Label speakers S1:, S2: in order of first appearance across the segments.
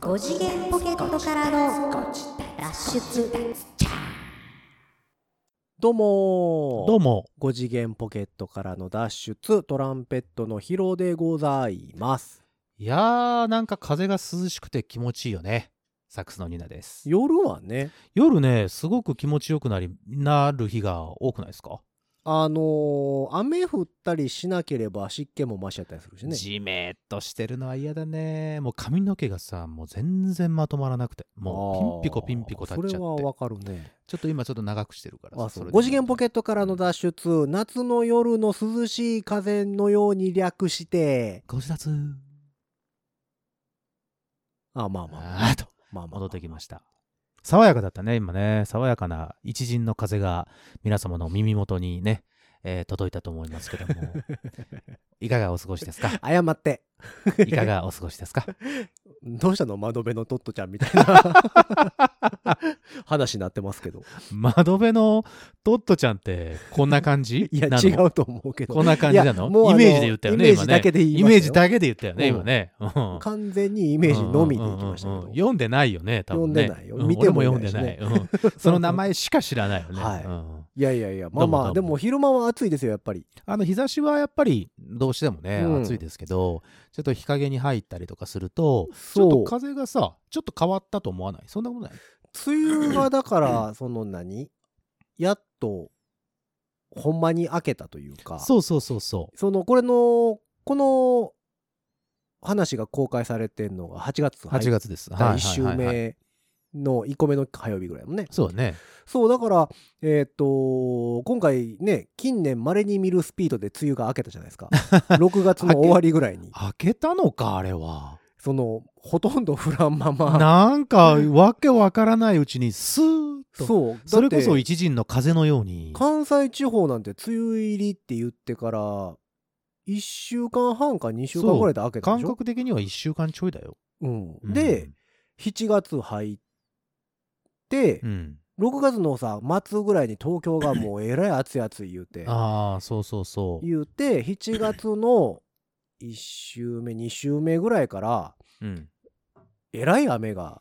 S1: 5次元ポケットからの脱出
S2: どうもー
S3: どうも。
S2: 5次元ポケットからの脱出トランペットのヒロでございます
S3: いやー、なんか風が涼しくて気持ちいいよね。サックスのニナです。
S2: 夜はね
S3: 夜ね、すごく気持ちよくなり、なる日が多くないですか、
S2: あのー雨降ったりしなければ湿気も増しちゃったりするしね
S3: じめーっとしてるのは嫌だね。もう髪の毛がさ、もう全然まとまらなくて。もうピンピコピンピコ立っちゃ
S2: あ
S3: って。
S2: ー
S3: ち
S2: それは
S3: ょ
S2: わかるね
S3: っと今ちょっと長くしてるからさ
S2: あそう
S3: れで
S2: 5次元ポケットからの脱出夏の夜の涼しい風のように略して
S3: ご自殺
S2: あまあまあまあ
S3: あーと
S2: まあまあ
S3: 戻ってきました。爽やかだったね、今ね。爽やかな一陣の風が皆様の耳元にね、えー届いたと思いますけ ども。いかがお過ごしですか
S2: 謝って
S3: いかがお過ごしですか
S2: どうしたの窓辺のトットちゃんみたい な話になってますけど。
S3: 窓辺のトットちゃんってこんな感じ
S2: いや、
S3: なの
S2: 違うと思うけど。
S3: こんな感じなの
S2: いやもうあ
S3: イ
S2: の
S3: メージで言ったよ
S2: イ
S3: ね、
S2: メー
S3: 今
S2: ジ
S3: ね
S2: だけで言いました
S3: イ
S2: よ
S3: メージだけで言ったよね、
S2: うん
S3: 今ね。うん
S2: 完全にイメージのみに行きました
S3: うんうんう
S2: け
S3: ん
S2: ど。
S3: 読んでないよね、多分ね。
S2: 読んでないよ見てもいない
S3: 俺
S2: し
S3: 読んで
S2: ね
S3: ない。うんその名前しか知らないよね。
S2: はい
S3: うん
S2: いやいやいや、まあ
S3: どう
S2: まあ、
S3: も
S2: で
S3: どうも
S2: も昼間は暑いですよ、やっぱり。
S3: あの日差しはやっぱりどうしてもね、
S2: うん
S3: 暑いですけど、ちょっと日陰に入ったりとかすると、ち
S2: そ
S3: ょ
S2: う
S3: っと風がさ、ちょっと変わったと思わないそんなことない
S2: 梅雨はだから、その何やっと、ほんまに明けたというか、
S3: そうそうそうそう。
S2: その、これの、この話が公開されてんのが8月入っ
S3: 8月です。
S2: た
S3: はい
S2: 1週
S3: はいはいはい
S2: 目の1個目の火曜日ぐらいもね。
S3: そうね。
S2: そう、だから、えーっと、今回ね、近年稀に見るスピードで梅雨が明けたじゃない ですか。6月の終わりぐらいに。
S3: 開けたのか、あれは。
S2: その、ほとんど降らんまま。
S3: なんか、わけわからないうちに、スーッと。
S2: そう、
S3: それこ
S2: だっ
S3: そ
S2: て
S3: 一陣の風のように。
S2: 関西地方なんて梅雨入りって言ってから、1週間半か2週間ぐらいで明けたで
S3: 感
S2: しょ。
S3: 覚的には1週間ちょいだよ。
S2: うん
S3: うん
S2: で、、7月入って、
S3: うん。
S2: 6月のさ、末ぐらいに東京がもうえらい暑い暑い言うて。
S3: ああ、そうそうそう。
S2: 言うて7月の1週目2週目ぐらいから
S3: うん。
S2: えらい雨が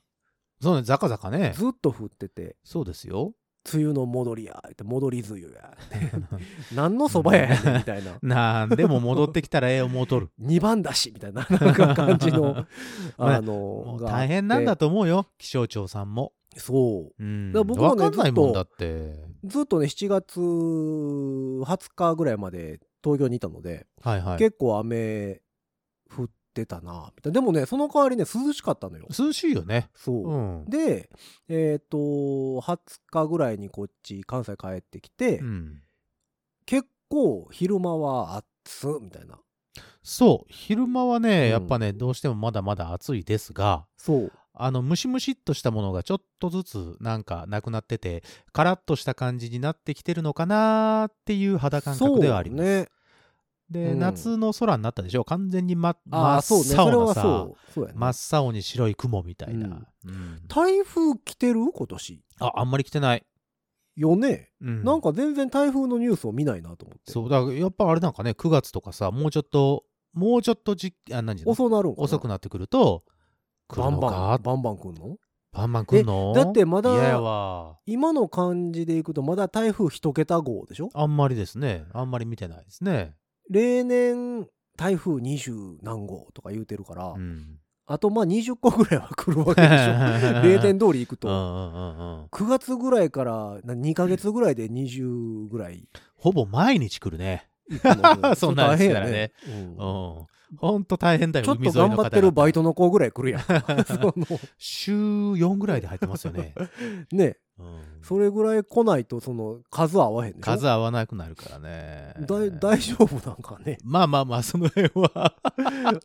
S3: そうね、ざかざかね。
S2: ずっと降ってて
S3: そうです よ。
S2: 梅雨の戻りや言って戻り梅雨や 何のそばややねんみたいな
S3: なんでも戻ってきたらええ思うとる。
S2: 2番だしみたいななんか感じの
S3: まあ
S2: あの
S3: もう
S2: があって
S3: 大変なんだと思うよ、気象庁さんも。
S2: そう
S3: うん。
S2: だから
S3: わ
S2: 僕もね
S3: かんないも
S2: ず
S3: ん
S2: っと
S3: だって。
S2: ずっとね7月20日ぐらいまで東京にいたので、
S3: はいはい。
S2: 結構雨降ってたなみたいなでもねその代わりね涼しかったのよ
S3: 涼しいよね。
S2: そう、
S3: うん。
S2: で、えっ、と、20日ぐらいにこっち、関西帰ってきて、
S3: うん。
S2: 結構昼間は暑っみたいな。
S3: そう、昼間は
S2: うん
S3: ね、やっぱね、どうしてもまだまだ暑いですが、
S2: そう。
S3: あの、ムシムシっとしたものがちょっとずつなんかなくなってて、カラッとした感じになってきてるのかなーっていう肌感覚ではあります。
S2: ね。
S3: で、
S2: うん
S3: 夏の空になったでしょ完全に、ま、
S2: あ
S3: 真
S2: あ、そうね。
S3: っ
S2: それ
S3: 青
S2: は
S3: なさ、
S2: そう。そうやね。
S3: 真っ青に白い雲みたいな。うん
S2: 台風来てる今年。
S3: あ、あんまり来てない。
S2: よね。
S3: うん
S2: なんか全然台風のニュースを見ないなと思って。
S3: そうだからやっぱあれなんかね9月とかさもうちょっともうちょっとじあ何時
S2: 遅なるんかな
S3: 遅くなってくると来
S2: バ
S3: る
S2: ン
S3: のか
S2: バン、バンバン来んの
S3: バンバン来んの
S2: えだってまだ
S3: 嫌やわ
S2: 今の感じでいくとまだ台風一桁号でしょ
S3: あんまりですねあんまり見てないですね
S2: 例年台風二十何号とか言うてるから、
S3: うん
S2: あとまあ20個ぐらいは来るわけでし ょ例年通り行く
S3: う
S2: と、
S3: んうんうんうん
S2: 9月ぐらいからな2ヶ月ぐらいで20ぐらい
S3: ほぼ毎日来るね
S2: 行くので
S3: そんなんですから
S2: ちょっ
S3: ね
S2: と大変や
S3: う
S2: うん
S3: んほんと大変だよ
S2: ちょっ
S3: 海
S2: と
S3: 沿いの
S2: 頑
S3: 方
S2: 張ってるバイ
S3: ト
S2: トの子ぐらい来るやん その
S3: 週4ぐらいで入ってますよね、
S2: ね
S3: うん
S2: それぐらい来ないとその数合わへんでしょ
S3: 数合わなくなるからね
S2: だい大丈夫なんか ね
S3: まあまあまあその辺は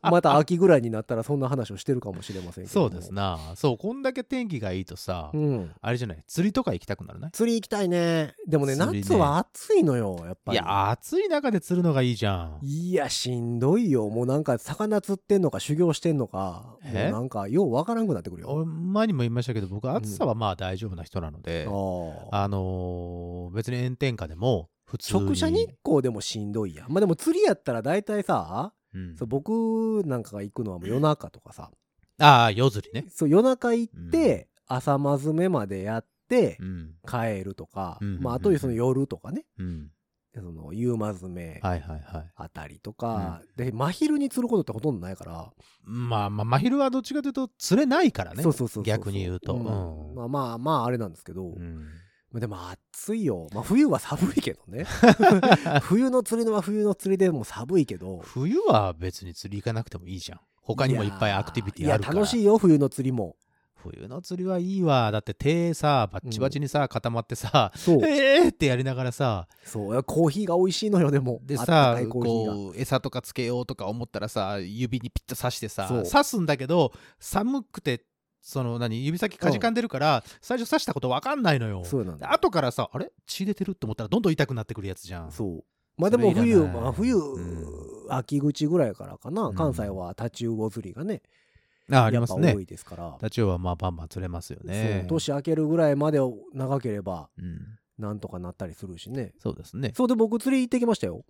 S2: また秋ぐらいになったらそんな話をしてるかもしれませんけど
S3: そ
S2: も
S3: うですなそうこんだけ天気がいいとさ、
S2: うん
S3: あれじゃない釣りとか行きたくなるね
S2: 釣り行きたいねでもね
S3: 釣りね
S2: 夏は暑いのよやっぱり
S3: いや暑い中で釣るのがいいじゃん
S2: いや、しんどいよ。もうなんか、魚釣ってんのか、修行してんのか、もう
S3: え
S2: なんか、ようわからんくなってくるよ。
S3: 俺前にも言いましたけど僕暑さはまあ大丈夫な人なので、
S2: ああ
S3: あのー別に炎天下でも普通に
S2: 直射日光でもしんどいやん。まあでも、釣りやったら大体さ、
S3: うん
S2: そう僕なんかが行くのはもう夜中とかさ、
S3: ああ、夜釣りね。
S2: そう夜中行って、朝まずめまでやって
S3: うん。
S2: 帰るとか、
S3: うん
S2: まあ、あとその夜とかね
S3: うん。
S2: その夕まずめ
S3: はいはいはい。
S2: あたりとか、で真昼に釣ることってほとんどないから、
S3: まあまあ、真昼はどっちかというと、釣れないからね。
S2: そうそうそうそう
S3: 逆に言うと。
S2: ん
S3: うん
S2: まあまあまああれなんですけど、
S3: うん
S2: でも暑いよ、まあ、冬は寒いけど ね冬の釣りのは冬の釣りでもう寒いけど
S3: 冬は別に釣り行かなくてもいいじゃん。他にもいっぱいアクティビティあるから。
S2: いや楽しいよ冬の釣りも
S3: 冬の釣りはいいわ。だって手さ、バッチバチにさ、固まってさ、
S2: そう
S3: えーってやりながらさ、
S2: そういやコーヒーが美味しいのよでも
S3: で
S2: あった
S3: さ
S2: かい、コーヒーが
S3: こう、餌とかつけようとか思ったらさ、指にピッと刺してさ
S2: そ、う
S3: 刺すんだけど、寒くて、その何、指先かじかんでるから、最初刺したことわかんないのよ。
S2: そうなん
S3: で
S2: だ
S3: 後からさ、あれ血出てるって思ったらどんどん痛くなってくるやつじゃん。
S2: そうまあでも
S3: それいら
S2: 冬
S3: ない
S2: まあ冬、
S3: う
S2: 秋口ぐらいからかな
S3: うん
S2: 関西は太刀魚釣りがね、
S3: ああり
S2: やっ
S3: ま
S2: ぱ
S3: す
S2: 多
S3: ね。
S2: いですから
S3: タチウオはまあバンバン釣れますよね。
S2: そう年明けるぐらいまでを長ければ
S3: うん、
S2: なんとかなったりするしね
S3: そうですね。
S2: そうで僕釣り行ってきましたよ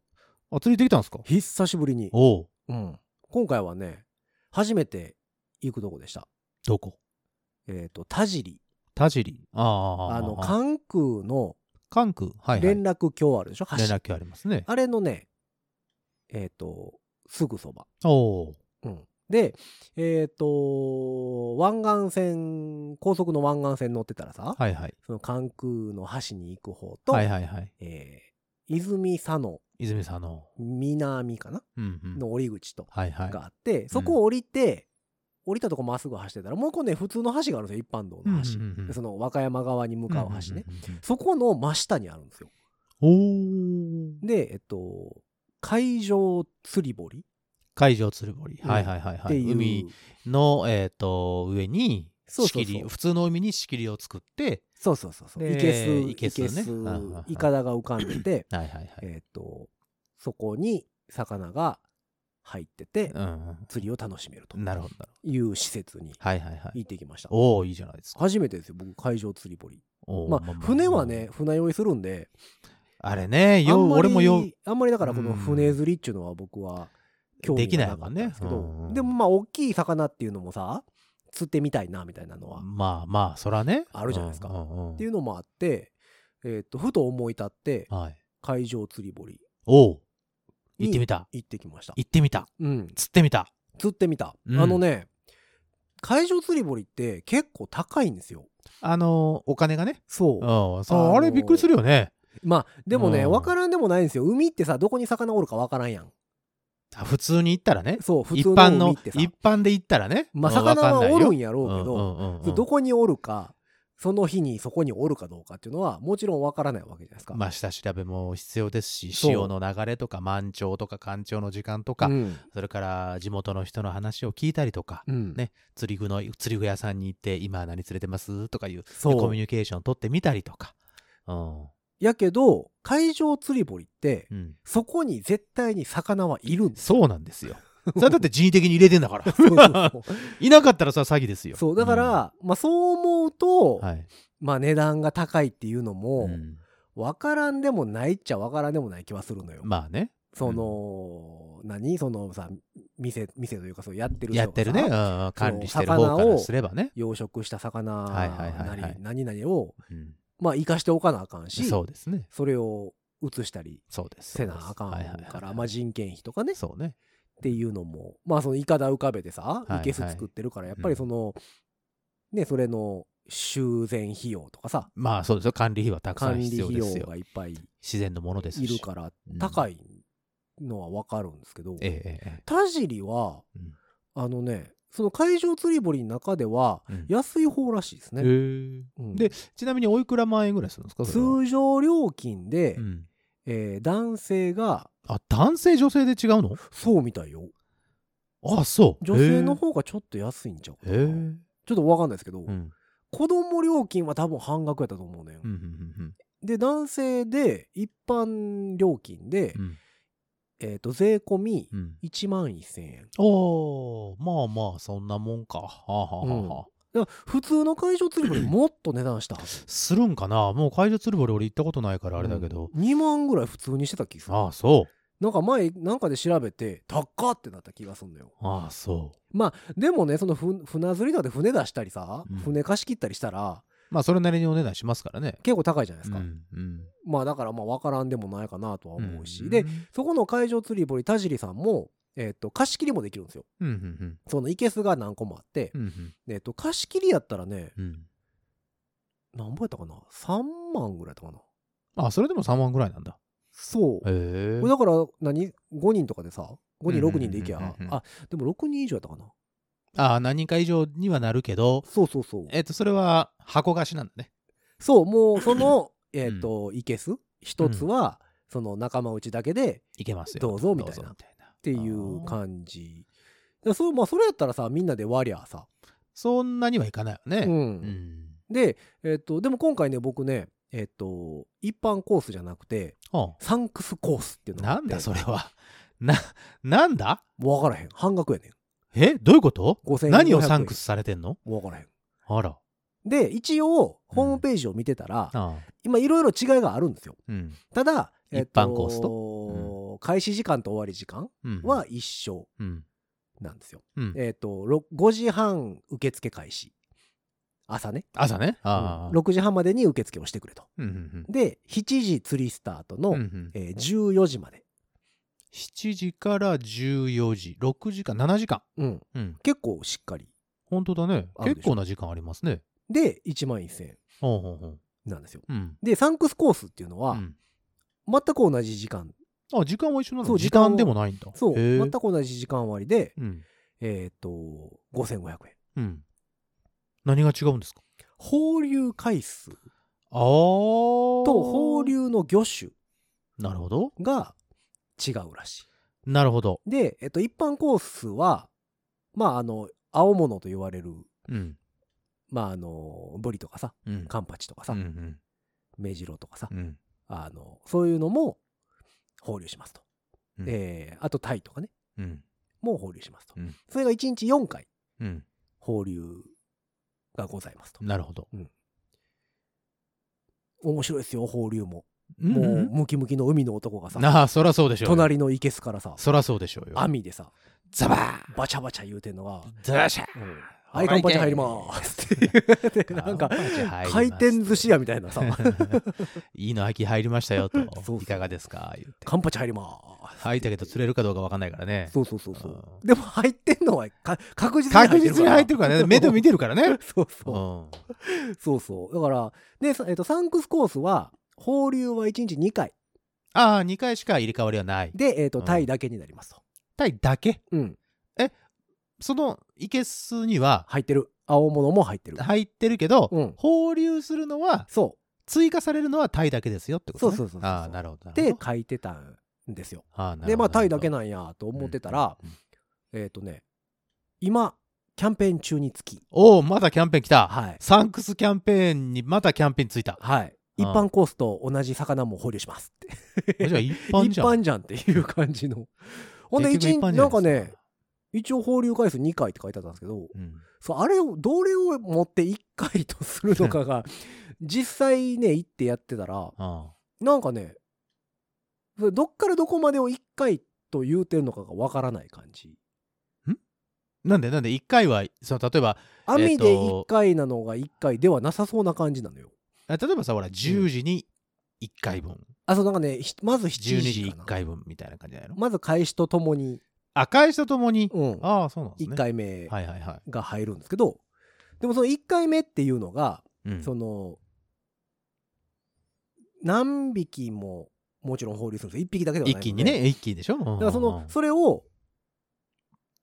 S3: あ、釣り行ってきたんですか
S2: 久しぶりに、
S3: おう
S2: うん、今回はね初めて行くとこでした
S3: どこ
S2: えっ、と田尻
S3: 田尻。ああ、
S2: あの
S3: ああ
S2: 関空の
S3: 関空。はい、はい。
S2: 連絡橋あるでしょ、橋
S3: 連絡橋ありますね。
S2: あれのねえっ、とすぐそば、
S3: おお
S2: うん、でえっ、と湾岸線高速の湾岸線乗ってたらさ、
S3: ー。はいはい。
S2: その関空の橋に行く方と、
S3: はいはいはい。
S2: えー泉佐野
S3: 泉さんの。
S2: 南かな
S3: うんうん。
S2: の降り口と
S3: はいはい。
S2: があって、そこを降りて、降りたとこまっすぐ走ってたらもう一個ね普通の橋があるんですよ一般道の橋、
S3: うんうんうん
S2: でその和歌山側に向かう橋ね、
S3: うんうんうん
S2: そこの真下にあるんですよ
S3: うん。おお。
S2: でえっと海上釣り堀
S3: 海上釣り堀。
S2: うん
S3: はいはいはいは
S2: って
S3: い。
S2: いう、
S3: 海の、えっ、と、上に、
S2: そう
S3: 仕
S2: そうそう
S3: 切り普通の海に仕切りを作って、
S2: そうそうそうそう
S3: で
S2: いけす
S3: い
S2: い
S3: け
S2: け
S3: す
S2: すい
S3: ねうんうんうん
S2: かだが浮かんでて
S3: はいはいはい。
S2: えっとそこに魚が入ってて
S3: うん
S2: 釣りを楽しめると
S3: うん。なるほどなるほど。
S2: いう施設に
S3: はいはいはい。
S2: 行ってきました、
S3: おおいいじゃないですか。
S2: 初めてですよ僕海上釣り堀
S3: おー
S2: まあ船はね船酔いするんで
S3: あれね、
S2: あ
S3: よ
S2: ん
S3: う
S2: ま
S3: 俺もよう
S2: り、あんまりだからこの
S3: うん
S2: 船釣りっちゅうのは僕は興味
S3: できな
S2: が
S3: い
S2: なかっ
S3: もん
S2: たん
S3: ね
S2: ですけど、
S3: うん
S2: でもまあ大きい魚っていうのもさ釣ってみたいなみたいなのは、っ
S3: まあまあ、そらね。
S2: あるじゃないですか
S3: うんうんうん
S2: ていうのもあって、えっとふと思い立って
S3: はい。
S2: 海上釣り堀
S3: おう
S2: に
S3: 行ってみた。
S2: 行ってきました、
S3: 行ってみた。
S2: うん、
S3: 釣ってみた。
S2: 釣ってみた、
S3: うん
S2: あのね海上釣り堀って結構高いんですよ
S3: あのー、お金がね。。
S2: そううん
S3: そ
S2: あ
S3: う
S2: のー
S3: あれびっくりするよね。
S2: まあでもね
S3: うん
S2: 分からんでもないんですよ海ってさどこに魚おるか分からんやん
S3: あ普通に行ったらね。
S2: そう普
S3: 一
S2: 通
S3: 般
S2: の海
S3: の
S2: って、さ
S3: 一般で行ったらね。
S2: まあ
S3: うんわ
S2: 魚
S3: か
S2: は
S3: ないよ
S2: おるんやろうけど、
S3: うんうんうん
S2: そうどこにおるかその日にそこにおるかどうかっていうのはもちろんわからないわけじゃないですか。
S3: まあ、下調べも必要ですし、
S2: そう
S3: 潮の流れとか、満潮とか、干潮の時間とか、
S2: うん
S3: それから地元の人の話を聞いたりとか、
S2: うん
S3: ね釣り具の、釣り具屋さんに行って、今何釣れてますとかいうで
S2: そ
S3: コミュ
S2: う
S3: ニケーション取ってみたりとか。うん。
S2: やけど海上釣り堀って
S3: うん、
S2: そこに絶対に魚はいるんです
S3: そうなんですよ。それだって人為的に入れて んだから。
S2: そうそうそう
S3: いなかったらさ、詐欺ですよ。
S2: そうだから、まあ、そう思うと、
S3: うん、はい。
S2: まあ、値段が高いっていうのも
S3: うん
S2: わからんでもないっちゃわからんでもない気はするのよ。
S3: まあね、
S2: その、何そのさ店店というかそうやってる人が
S3: や
S2: さ
S3: ってるね、うんうん管理してる方からすればね。
S2: 養殖した魚
S3: はいはいはいは
S2: ないり何々を
S3: うん
S2: まあ生かしておかなあかんし
S3: そうですね。
S2: それを移したり
S3: そうです。
S2: せなあかん
S3: はいはいはい
S2: から、まあ、人件費とかねっ
S3: そうね。
S2: ていうのもまあそのいかだ浮かべてさ
S3: いはい
S2: いけす作ってるからやっぱりその、ねそれの修繕費用とかさ
S3: まあそうですよ。管理費はたくさ
S2: 管
S3: ん必
S2: 理
S3: 要
S2: 費
S3: で
S2: 用
S3: すよ
S2: が。いっぱい
S3: 自然のものですし。
S2: いるから
S3: うん
S2: 高いのはわかるんですけど、
S3: えええええ
S2: 田尻は、
S3: うん
S2: あのねその海上釣り堀の中では
S3: え。うん
S2: 安い方らしいですね。
S3: へえ
S2: うん
S3: でちなみにおいくら万円ぐらいするんですかそれは
S2: 通常料金で、
S3: うん
S2: えー男性が
S3: あ男性女性で違うの
S2: そうみたいよ
S3: あそう
S2: 女性の方がちょっと安いんちゃうか
S3: へえ
S2: な
S3: へえ
S2: ちょっとわかんないですけど、
S3: うん
S2: 子供料金は多分半額やったと思うね、
S3: うんうんうん
S2: で男性で一般料金で、
S3: うんうん
S2: えっと税込み
S3: うん
S2: 1万1000円
S3: おーまあまあそんなもんか。はあ、はあはあはあ
S2: だから普通の会場釣りよりもっと値段したはず
S3: するんかなもう会場釣り堀俺行ったことないからあれだけど。
S2: 2万ぐらい普通にしてた気がする
S3: ああそう。
S2: なんか前なんかで調べて高っってなった気がすんのよ
S3: ああ、そう。
S2: でもねそのふ船釣りとかで船出したりさ、
S3: うん
S2: 船貸し切ったりしたら
S3: まあ、それなりにお値段しますからね。
S2: 結構高いじゃないで
S3: う
S2: すか、
S3: んうん
S2: まあだからまあ分からんでもないかなとは思うし、
S3: ん
S2: でそこの海上釣り堀田尻さんも、えっと貸し切りもできるんですよ
S3: うんうん
S2: そのいけすが何個もあって
S3: う、んうん
S2: えっと貸し切りやったらね
S3: うんうん
S2: 何ぼやったかな3万ぐらいだったかな
S3: あそれでも3万ぐらいなんだ
S2: そう
S3: へえ
S2: これだから何5人とかでさ5人
S3: うんうんう
S2: 6
S3: んうん
S2: 人で行けばあでも6人以上やったかな
S3: ああ何人か以上にはなるけど
S2: そうそうそう
S3: えっ、とそれは箱貸しなんだね
S2: そうもうそのえっといけす一つは、その仲間内だけで
S3: いけますよ
S2: どうぞみたいな
S3: どうぞっ
S2: っていう感じだからそうまあそれやったらさみんなで割りゃさ、
S3: そんなにはいかないよね
S2: うん
S3: うん
S2: で、えっとでも今回ね僕ねえっと一般コースじゃなくて
S3: あ
S2: サンクスコースっていうのがあ
S3: な
S2: って
S3: んだそれはななんだ
S2: もう分からへん半額やねん
S3: えどういうこと
S2: 5000円
S3: 何をサンク
S2: ス
S3: スされてんの
S2: 分からへん
S3: あら
S2: で一応ホームページを見てたら、
S3: ああ
S2: 今いろいろ違いがあるんですよ
S3: うん
S2: ただ、
S3: 一般コース
S2: 開始時間と終わり時間
S3: うん
S2: は一緒
S3: うん
S2: なんですよ、
S3: うん
S2: えっ、とろ5時半受付開始朝ね、
S3: 朝
S2: う
S3: ねああ
S2: ん6時半までに受付をしてくれと
S3: うんうん
S2: で7時釣りスタートの、
S3: うんうんうん
S2: えー14時まで、
S3: 7時から14時6時間7時間
S2: うん、
S3: うん
S2: 結構しっかり
S3: 本当だね
S2: あるで
S3: 結
S2: しょ
S3: 構な時間ありますね
S2: で1万1000円
S3: ほうほうほう
S2: なんですよ
S3: うん
S2: でサンクスコースっていうのは、
S3: うん
S2: 全く同じ時間
S3: あ時間は一緒な
S2: そ
S3: の
S2: う
S3: 時
S2: 時間は
S3: 間でもないんだ
S2: そう
S3: へえ
S2: 全く同じ時間割で
S3: うん
S2: えっ、と5500円
S3: うん何が違うんですか
S2: 放流回数
S3: ああと
S2: と放流の魚種
S3: なるほど
S2: が違うらし
S3: なるほど
S2: い。で、えっと、一般コースは、まあ、あの、青物と言われる、
S3: うん
S2: まあ、あの、ブリとかさ、
S3: うん
S2: カンパチとか
S3: う
S2: さ、
S3: んうん
S2: メジロとかさ
S3: う、ん
S2: あの、そういうのも放流しますと。
S3: うん
S2: えーあと、タイとかね、
S3: うん
S2: も放流しますと
S3: うん。
S2: それが1日4回
S3: うん
S2: 放流がございますと。
S3: なるほど
S2: 面白いですよ、放流も。
S3: うん
S2: も
S3: う、
S2: うんムキムキの海の男がさ、
S3: なあそらそうでしょうよ
S2: 隣の生けすからさ、
S3: そらそうでしょうよ
S2: 網でさ、
S3: ザバー
S2: バチャバチャ言うてんのが、
S3: ザバシャ
S2: はい、カンパチ入りますってなんか、回転寿司
S3: や
S2: 屋みたいなさ、
S3: いいの秋入りましたよと
S2: そうそう
S3: いかがですか言って
S2: カンパチ入ります。
S3: 入ったけど釣れるかどうかわかんないからね
S2: そうそうそうそう。
S3: うん
S2: でも入ってんのはか確実に入っ
S3: 確
S2: てる
S3: 実に入ってるからね目で見てるからね
S2: そう
S3: う
S2: そ
S3: ん
S2: う。そうそう。だから、で、さえっと、サンクスコースは、放流は1日2回。
S3: ああ、2回しか入れ替わりはない。
S2: で、えっと、
S3: うん
S2: タイだけになりますと。
S3: タイだけ
S2: うん。
S3: その、いけすには
S2: 入ってる。青物も入ってる。
S3: 入ってるけど、
S2: うん
S3: 放流するのは、
S2: そ
S3: 追加されるのはタイだけですよってことね。
S2: そうそうそうそう
S3: ああ、なるほど。
S2: う。
S3: なる
S2: で
S3: ほ、ど
S2: 書いてたんですよ。
S3: ああなるほど
S2: で、まあ、タイだけ
S3: なる
S2: なんやと
S3: ほど
S2: 思ってたら、
S3: うんうん
S2: えっとね、今、キャンペーン中につき、
S3: おお、またキャンペーン来た。
S2: はい。
S3: サンクスキャンペーンにまたキャンペーンついた。
S2: はい。
S3: うん
S2: 一般コースと同じ魚も放流しますって。
S3: じゃあ一
S2: 一
S3: 般じゃん。
S2: 般じゃんっていう感じ の。ほんで、一
S3: 結
S2: 日、
S3: 局一般じゃ
S2: なん
S3: いで
S2: か
S3: す
S2: ね、、一応放流回数2回って書いてあったんですけど、
S3: うん
S2: そうあれを、どれを持って1回とするのか が、実際ね、行ってやってたら、
S3: あ
S2: なんかね、それどっからどこまでを1回と言うてるのかがわからない感じ。
S3: あなんでなんで1回はその例えば
S2: 網で
S3: えっ
S2: 1
S3: と
S2: 回なのが1回ではなさそうな感じなのよ。
S3: あ例えばさほら10時に1回分、
S2: あ、そう、なんかね、ひまず7
S3: 12時
S2: 時か
S3: 1
S2: な。
S3: 回分みたいな感じじゃないの、
S2: まず開始とともに、
S3: あ開始とともに、
S2: うん、
S3: ああそうなんですね
S2: 1回目
S3: はいはいは
S2: が入るんですけどでもその1回目っていうのが
S3: い、うん
S2: その何匹ももちろん放流するんですよ1匹だけではない
S3: 一
S2: ので
S3: 気にね一気にでしょだ
S2: だからそのそれを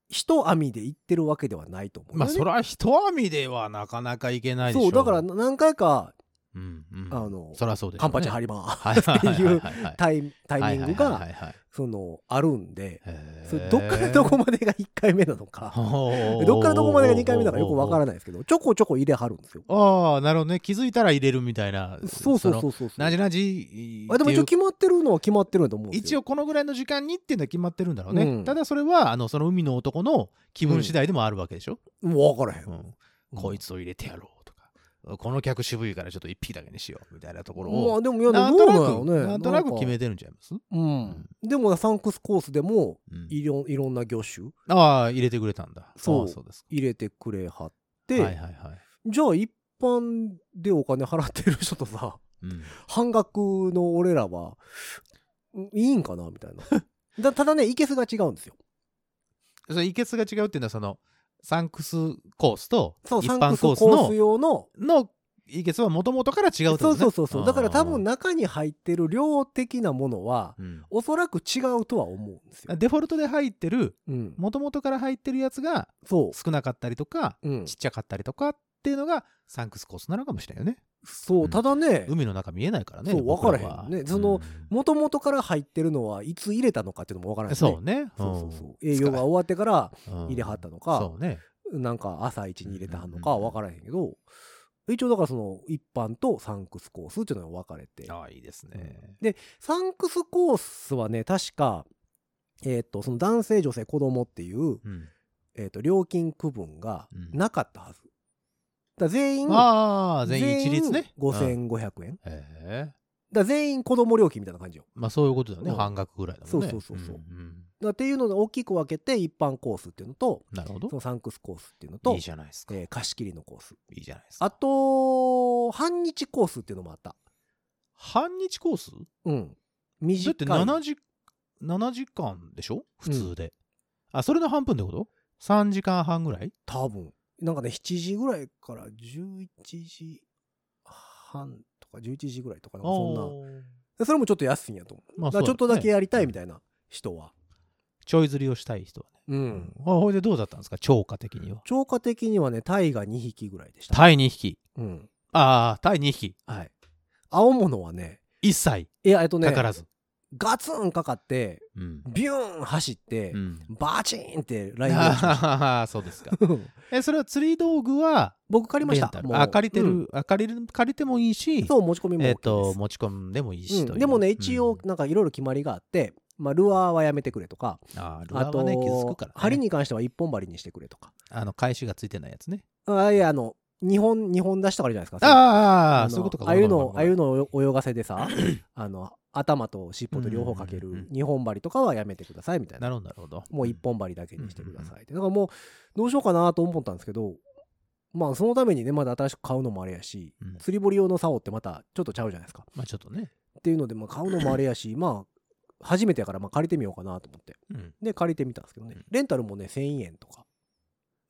S2: 一網でいってるわけではないと思う、
S3: まあそれは一網ではなかなかいけないでしょ
S2: そうだから、何回か
S3: うんうん、
S2: あの
S3: そりゃそうでしょ
S2: カ
S3: うね
S2: ンパチ入りま
S3: はい
S2: すっていうタイタイミング
S3: はいはい
S2: が
S3: はいはい
S2: そのあるんで
S3: へー
S2: それどっからどこまでが1回目なのか
S3: ほう
S2: どっからどこまでが2回目なのかよくわからないですけどちょこちょこ入れはるんですよ
S3: ああなるほどね気づいたら入れるみたいな
S2: そうそうそう
S3: う
S2: そうそう
S3: なじなじ
S2: あでも一応決まってるのは決まってるんだと思うんです
S3: 一
S2: よ。
S3: 応このぐらいの時間にっていうのは決まってるんだろうね、
S2: うん
S3: ただそれはあのその海の男の気分次第でもあるわけでしょ、
S2: 一応分からへん。
S3: うんこいつを入れてやろうとかこの客渋いからちょっと1匹だけにしようみたいなところ
S2: ま
S3: を
S2: あでもいや
S3: なん
S2: どう
S3: とな
S2: なんやろ
S3: く、
S2: うね
S3: なんとなく決
S2: ん
S3: め
S2: か
S3: てるんちゃいます、
S2: うんでもサンクスコースでも
S3: うん
S2: いろんいろんな魚種
S3: ああ入れてくれたんだ
S2: そう
S3: ああそうです
S2: 入れてくれはっ
S3: か
S2: て、
S3: はいはいはい、
S2: じゃあ一般でお金払ってる人とさ
S3: うん、
S2: 半額の俺らはんいいんかなみたいな だただねいけすが違うんですよ
S3: それいけすが違うっていうのはそのサンクスコースと一
S2: そうサン
S3: 般
S2: クス
S3: コ
S2: コ
S3: ースの
S2: ース用の
S3: のいけすはもともとから違うってこと
S2: そう
S3: ね
S2: そうそうそうだから多分、
S3: あ
S2: 中に入ってる量的なものは
S3: ーうん
S2: おそらく違うとは思うんですよ、
S3: デフォルトで入ってる
S2: うん、
S3: もともとから入ってるやつが
S2: そ
S3: 少なかったりとか
S2: う、うん
S3: ちっ、ちゃかったりとかっていうのがサンクスコースなのかもしれないよね
S2: そううんただね
S3: 海の中見えないからね
S2: そう
S3: 僕らは
S2: 分からへんねその
S3: う
S2: もともとから入ってるのはいつ入れたのかっていうのもわからなんいよね
S3: そうね
S2: そうそうそう営業が終わってから
S3: うん
S2: 入れはったのか
S3: そうね
S2: なんか朝一に入れてはんのか
S3: うんうんうん
S2: は分からへんけど、一応だからその一般とサンクスコースっていうのが分かれて、
S3: ああいいですね
S2: でサンクスコースはね確かえっ、とその男性女性子供っていう、
S3: うん
S2: えー、と料金区分が
S3: うん
S2: なかったはず、だから全員
S3: ああ全員一律ねうん
S2: 5500円、だか
S3: へえ
S2: ら全員子供料金みたいな感じよ
S3: まあそういうことだよね
S2: うん
S3: 半額ぐらいだもんね
S2: そうそうそうそう
S3: うんうん
S2: だからっていうので大きく分けて一般コースっていうのと
S3: なるほ
S2: そ
S3: ど
S2: のサンクスコースっていうのと
S3: いいじゃないですか
S2: えー貸し切りのコース
S3: いいじゃないですか
S2: あと半日コースっていうのもあった
S3: 半日コース
S2: うん
S3: だ
S2: 短
S3: って
S2: い
S3: 7時7時間でしょ普通で、あそれの半分ってこと3時間半ぐらい
S2: 多分なんかね7時ぐらいから11時半とか11時ぐらいとかなんかそんな
S3: おー
S2: でそれもちょっと安いんやと思う,、
S3: まあ
S2: だからちょっとだけやりたいみ
S3: い
S2: たいな人は
S3: ちょい釣りをしたい人はね、
S2: うん、
S3: あほいでどうだったんですか超過的には
S2: 超過的にはねタイが2匹ぐらいでした、
S3: タイ2匹
S2: うん
S3: ああタイ2匹
S2: はい青物はね
S3: 一切
S2: いやえっとね
S3: 宝ず、
S2: ガツンかかって
S3: うん
S2: ビューン走って、
S3: うん
S2: バチーンってラインが落ちまし
S3: ああそうです
S2: た
S3: かえそれは釣り道具は
S2: 僕借りまし
S3: レンタ
S2: た
S3: ル
S2: もう
S3: あ借りてる、
S2: うん
S3: あ借りる借りてもいいし
S2: そう持ち込みも OK
S3: え
S2: で
S3: っ、
S2: す、
S3: と持ち込んでもいいしという、
S2: うん、でもね
S3: うん
S2: 一応なんかいろいろ決まりがあって、まあ、ルアーはやめてくれとか
S3: あールア
S2: あ
S3: ーは
S2: と、
S3: ね傷つくから、ね、
S2: 針に関しては一本針にしてくれとか
S3: あの返しがついてないやつね
S2: あいやあの2本二本出したからじゃないですか
S3: ああ
S2: の
S3: そういうことか
S2: ああいう
S3: ご
S2: のああい
S3: めん
S2: うのを泳がせで さあの頭と尻尾と両方かけ
S3: うんうんうん
S2: る
S3: うん
S2: 2本針とかはやめてくださいみたいな
S3: なるほどなるほど
S2: もう1本針だけにしてくださいってだからもうどうしようかなと思ったんですけどまあそのためにねまだ新しく買うのもあれやし、
S3: うん
S2: 釣り堀用の竿ってまたちょっとちゃうじゃないですか
S3: まあちょっとね
S2: っていうので、まあ、買うのもあれや しまあ初めてやからまあ借りてみようかなと思って
S3: うん
S2: で借りてみたんですけどねレンタルもね1000円とか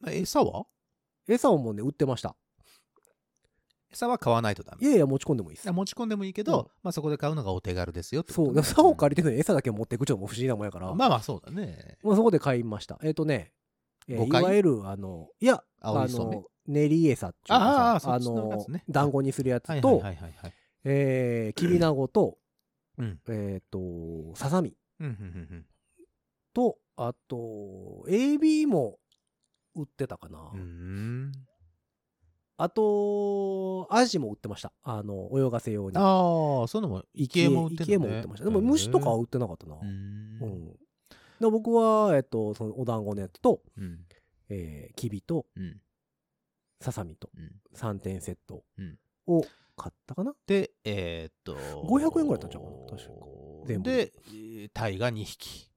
S3: 餌は
S2: 餌をもうね売ってました
S3: 餌は買わないとダ
S2: い
S3: メ
S2: やいや持ち込んでもいいです
S3: あ持ち込んでもいいけど、
S2: うん
S3: まあそこで買うのがお手軽ですよって
S2: そう
S3: こ
S2: だ
S3: と
S2: か
S3: ね
S2: ら竿を借りてるのに餌だけ持っていくちょっともう不思議なもんやから、
S3: まあまあそうだね
S2: まあ、そこで買いました。えっ、とね、えー
S3: 誤
S2: い
S3: 解
S2: わゆる、あの、いや、あ
S3: 青いそうね
S2: の、練り餌っていう
S3: あ
S2: か
S3: あ
S2: さ、
S3: そ
S2: あ
S3: っちのや
S2: の
S3: つね、
S2: 団子にするや
S3: は
S2: つ
S3: いはい
S2: と
S3: は、いはいはい
S2: えー、きびなごと、
S3: うん
S2: えっと、ささみ
S3: うんうんうん
S2: と、あと、AB も売ってたかな
S3: う。んうーん
S2: あと、アジも売ってました。あの、泳がせ用に。
S3: ああそういうのも池も売って
S2: 生き餌も売ってました。でも虫とかは売
S3: う
S2: ってなかったな。
S3: う
S2: うんん。だから僕は、えっと、そのお団子のやつと、
S3: うん
S2: えー、きびと、
S3: うん
S2: ささみと、
S3: うん
S2: 3点セット
S3: うん
S2: を買ったかな、
S3: でえーっと
S2: 500円ぐらいだったんちゃうかな確か全部
S3: でえータイが2匹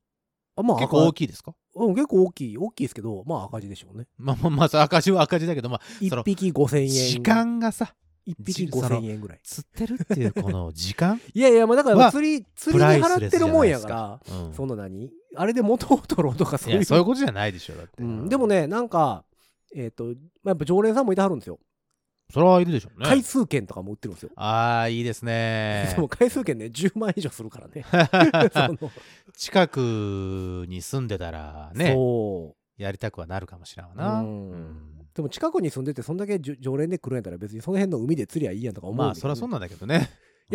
S2: あまあ
S3: 結構大
S2: きい、
S3: きいですか
S2: うん、結構大きい大きいですけどまあ赤字でしょうね
S3: まあまあまあそう赤字は赤字だけどまあそ
S2: 1
S3: の
S2: 匹5000円
S3: 時間がさ
S2: 1匹
S3: じその
S2: 5000円ぐらい
S3: 釣ってるっていうこの 時間、
S2: いやいやまあだか
S3: は
S2: ら釣り釣りで払ってるもんやから
S3: うん
S2: その何あれで元を取ろうとかそ
S3: いう
S2: いう
S3: やそういうことじゃないでしょだって、
S2: うん、でもねなんかえっ、と、まあ、やっぱ常連さんもいてはるんですよ、
S3: それはいるでしょうね
S2: 回数券とかも売ってるんですよ、
S3: ああいいで すね
S2: でも回数券ね10万以上するからねその
S3: 近くに住んでたらね
S2: そう
S3: やりたくはなるかもしれんわな、
S2: うん
S3: うん
S2: でも近くに住んでてそんだけじょ常連で来るんやったら別にその辺の海で釣りゃいいやんとか思う
S3: まあそりゃそうんなんだけどね
S2: やっ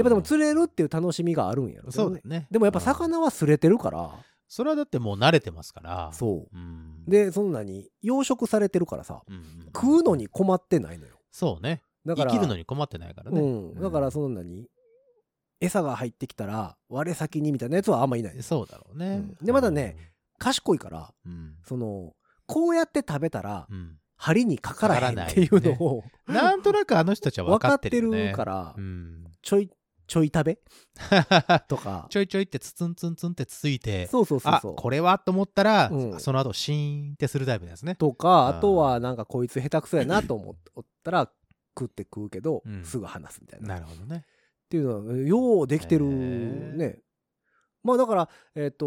S2: ぱでも釣れるっていう楽しみがあるんやろけ
S3: うん
S2: ど
S3: そう
S2: ね
S3: だね
S2: でもやっぱ
S3: うん
S2: 魚は釣れてるから
S3: それはだってもう慣れてますから、
S2: そう
S3: ん、
S2: う、でその何養殖されてるからさ
S3: うんうん
S2: 食うのに困ってないのよ
S3: そうね
S2: だか
S3: 生
S2: ら
S3: きるのに困ってないからね、
S2: うん、だからその何餌が入ってきたら我先にみたいなやつはあんまいないです
S3: そうだろうね、
S2: うんでまだね賢いから
S3: うん
S2: そのこうやって食べたら
S3: うん、うん
S2: 針にかからへん
S3: かから
S2: っ
S3: ない
S2: ていうのを、
S3: なんとなくあの人たちは分
S2: 分
S3: か
S2: か
S3: っ
S2: ってて
S3: るよね。
S2: るから、
S3: うん。。
S2: ちょい、ちょい食べとか
S3: ちょいちょいってツツンツンツンってつついて、
S2: そうそうそう
S3: あ
S2: そう。
S3: これはと思ったら、
S2: うん
S3: その後シーンってするタイプですね。
S2: と
S3: あ
S2: か、
S3: ー
S2: あとはなんかこいつ下手くそやなと思った ら、食って食うけど、
S3: うん
S2: すぐ話すみたいな。っ
S3: なるほどね。
S2: ていうのは、ようできてる
S3: へー
S2: ね。まあだから、えっ、と、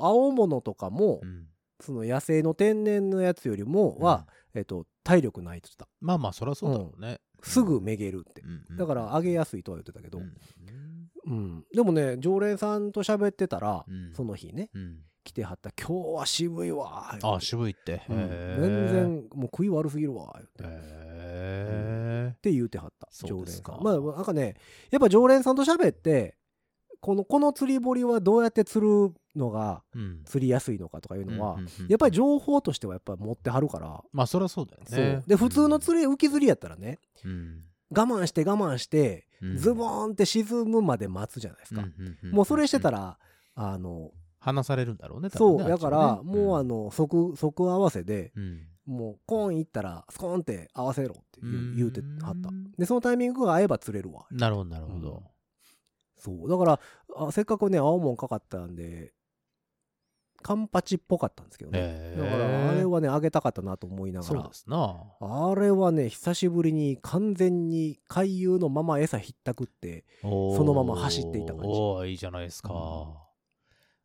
S2: 青物とかも、
S3: うん、
S2: その野生の天然のやつよりもは、えっ、と、体力ないって言ってた。
S3: まあまあそりゃそうだろうね。
S2: すぐめげるって。
S3: うんうん
S2: だから、あげやすいとは言ってたけど、
S3: うん
S2: うん、でもね常連さんと喋ってたら、
S3: うん
S2: その日ね
S3: うん
S2: 来てはった「今日は渋いわ」言うて
S3: あ渋いって。
S2: うん
S3: へー
S2: 全。然もう食い悪すぎるわ」言うてっ
S3: へ
S2: て言うてはった
S3: そうですか
S2: 常連さんまあなんかねやっぱ常連さんと喋ってこのこの釣り堀はどうやって釣るのが
S3: え。うん。
S2: 釣りやすいのかとかいうのは、
S3: うんうんうん
S2: やっぱり情報としてはやっぱ持ってはるから、
S3: まあそりゃそうだよね。
S2: そうで普通の釣り浮き釣りやったらね
S3: うん
S2: 我慢して我慢して、
S3: うん
S2: ズボーンって沈むまで待つじゃないですか、
S3: うんんん
S2: もうそれしてたら、あの
S3: 話されるんだろうね。
S2: そ
S3: 多
S2: う、
S3: 分ね
S2: だから、もうあ、
S3: っ
S2: の、即、即合わせで、
S3: ちねうん
S2: もう、コーン行ったら、スコーンって合わせろって言
S3: う
S2: うん言うてはった。で、そのタイミングが合えば釣れるわ。
S3: なるほど、なるほど。
S2: そう。だから、あせっかくね、青門かかったんで、カンパチっぽかったんですけどね。
S3: へ
S2: だ
S3: ー
S2: から、あれはね、あげたかったなと思いなが
S3: そう
S2: ら
S3: で。すな。
S2: あれはね、久しぶりに完全に回遊のまま餌ひったくって、
S3: そ
S2: のまま走っていった感じ
S3: おーいいじゃないですか。
S2: うん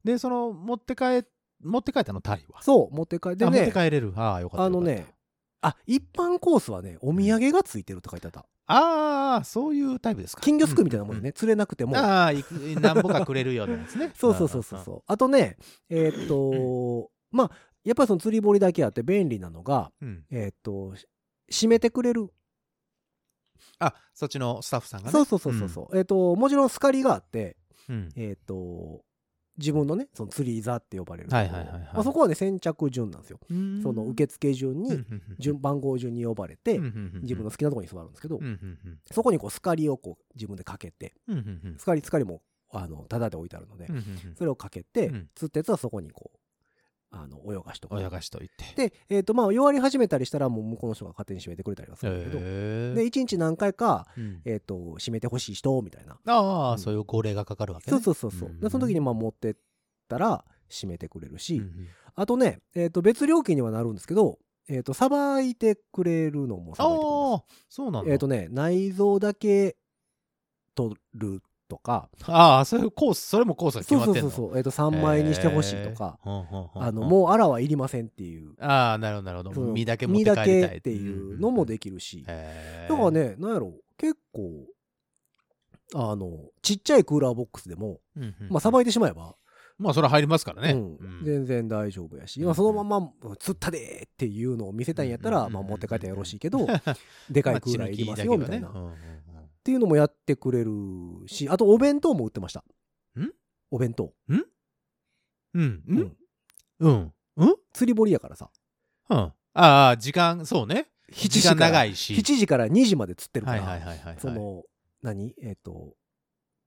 S3: で、その、持って帰、持って帰ったの、タリは。
S2: そう、持って帰って
S3: あ持って
S2: ね、
S3: 帰れる。ああ、よかった。
S2: あの
S3: よかっ
S2: ね、あ、一般コースはね、お土産がついてるとか言ってた。
S3: た。ああ、そういうタイプですか。
S2: 金魚すくいみたいなもんよね、釣れなくて
S3: うん。
S2: も。。
S3: ああ、いくなんぼかくれるようなやつね
S2: そうそうそうそうそう。あとね、えーっ と、まあ、やっぱりその釣り堀だけあって便利なのが、
S3: うん。うん。
S2: えーっと、し閉めてくれる。
S3: あ、そっちのスタッフさんがね。
S2: そうそうそうそうそう。えーっと、もちろんスカリがあって、
S3: うん。
S2: えーっと、自分のね、その釣り座って呼ばれる。
S3: はいはいはいはい
S2: まあそこはね、先着順なんですよ。
S3: うん
S2: その受付順に、順、番号順に呼ばれて、自
S3: 自
S2: 分の好きなところに座るんですけど、
S3: うんうん
S2: そこにこう、スカリをこう、自分でかけて、
S3: うんうんうんうん
S2: スカリ、スカリも、あの、タダで置いてあるので
S3: う、んうん
S2: それをかけて、
S3: うん
S2: 釣ったやつはそこにこう、あの、泳がしと
S3: うん。
S2: く
S3: 泳。がしといて。
S2: で、えっ、と、まあ、弱り始めたりしたら、もう向こうの人が勝手に閉めてくれたりはするんだけど、
S3: へー
S2: で、1日何回か、
S3: うん
S2: えっ、と、閉めてほしい人、みたいな。
S3: あ
S2: う
S3: あ、
S2: ん
S3: そういう号令がかかるわけ
S2: そ
S3: ね。
S2: うそうそうそう。
S3: ん
S2: で、その時に、まあ、持ってったら、閉めてくれるし、
S3: うんうん
S2: あとね、えっ、と、別料金にはなるんですけど、えっ、と、さばいてくれるのもさばいてくれ
S3: あ
S2: ま
S3: あ、そうなん
S2: す。
S3: だ。
S2: えっ、とね、内臓だけ取るとか、
S3: ああ、そういうコース、それもコースが決
S2: そう
S3: ま
S2: そ
S3: っ
S2: う
S3: てん
S2: そ
S3: の
S2: うそう、えっ、と、3枚にしてほしいとか、
S3: へー。ほんほんほんほん
S2: あの、もうあらはいりませんっていう。
S3: ああ、なるほど、なるほ
S2: そ
S3: ど。
S2: の
S3: 身だけ持って帰りたい。
S2: 身だけっていうのもで
S3: き
S2: きるし、だ
S3: へー
S2: から、ねなんやろ結構あのちっちゃいクーラーボックスでもまあさば
S3: い。
S2: いてしまえば、
S3: まあ、それは入りますからね。
S2: うん
S3: うん
S2: 全然大丈夫やし、
S3: うん
S2: まあ、そのまま「釣ったで!」っていうのを見せたいんやったら、
S3: うん
S2: まあ、持って帰ったらよろしいけどでかいクーラーいりますよ み
S3: まあ
S2: たいな、っ
S3: 血の気だけはねうんうんうん
S2: ていうのもやってくれるしあとお弁当も売ってました
S3: ん
S2: お弁当、
S3: うん。
S2: う
S3: うん
S2: ん
S3: うん。うん
S2: 釣り堀やからさ
S3: うんああ、時間、そうね。
S2: 7
S3: 時
S2: 時
S3: 間
S2: から
S3: 長いし。
S2: 7時から2時まで釣ってるか
S3: はい
S2: ら、
S3: はいはいはいはい。
S2: その何えっ、と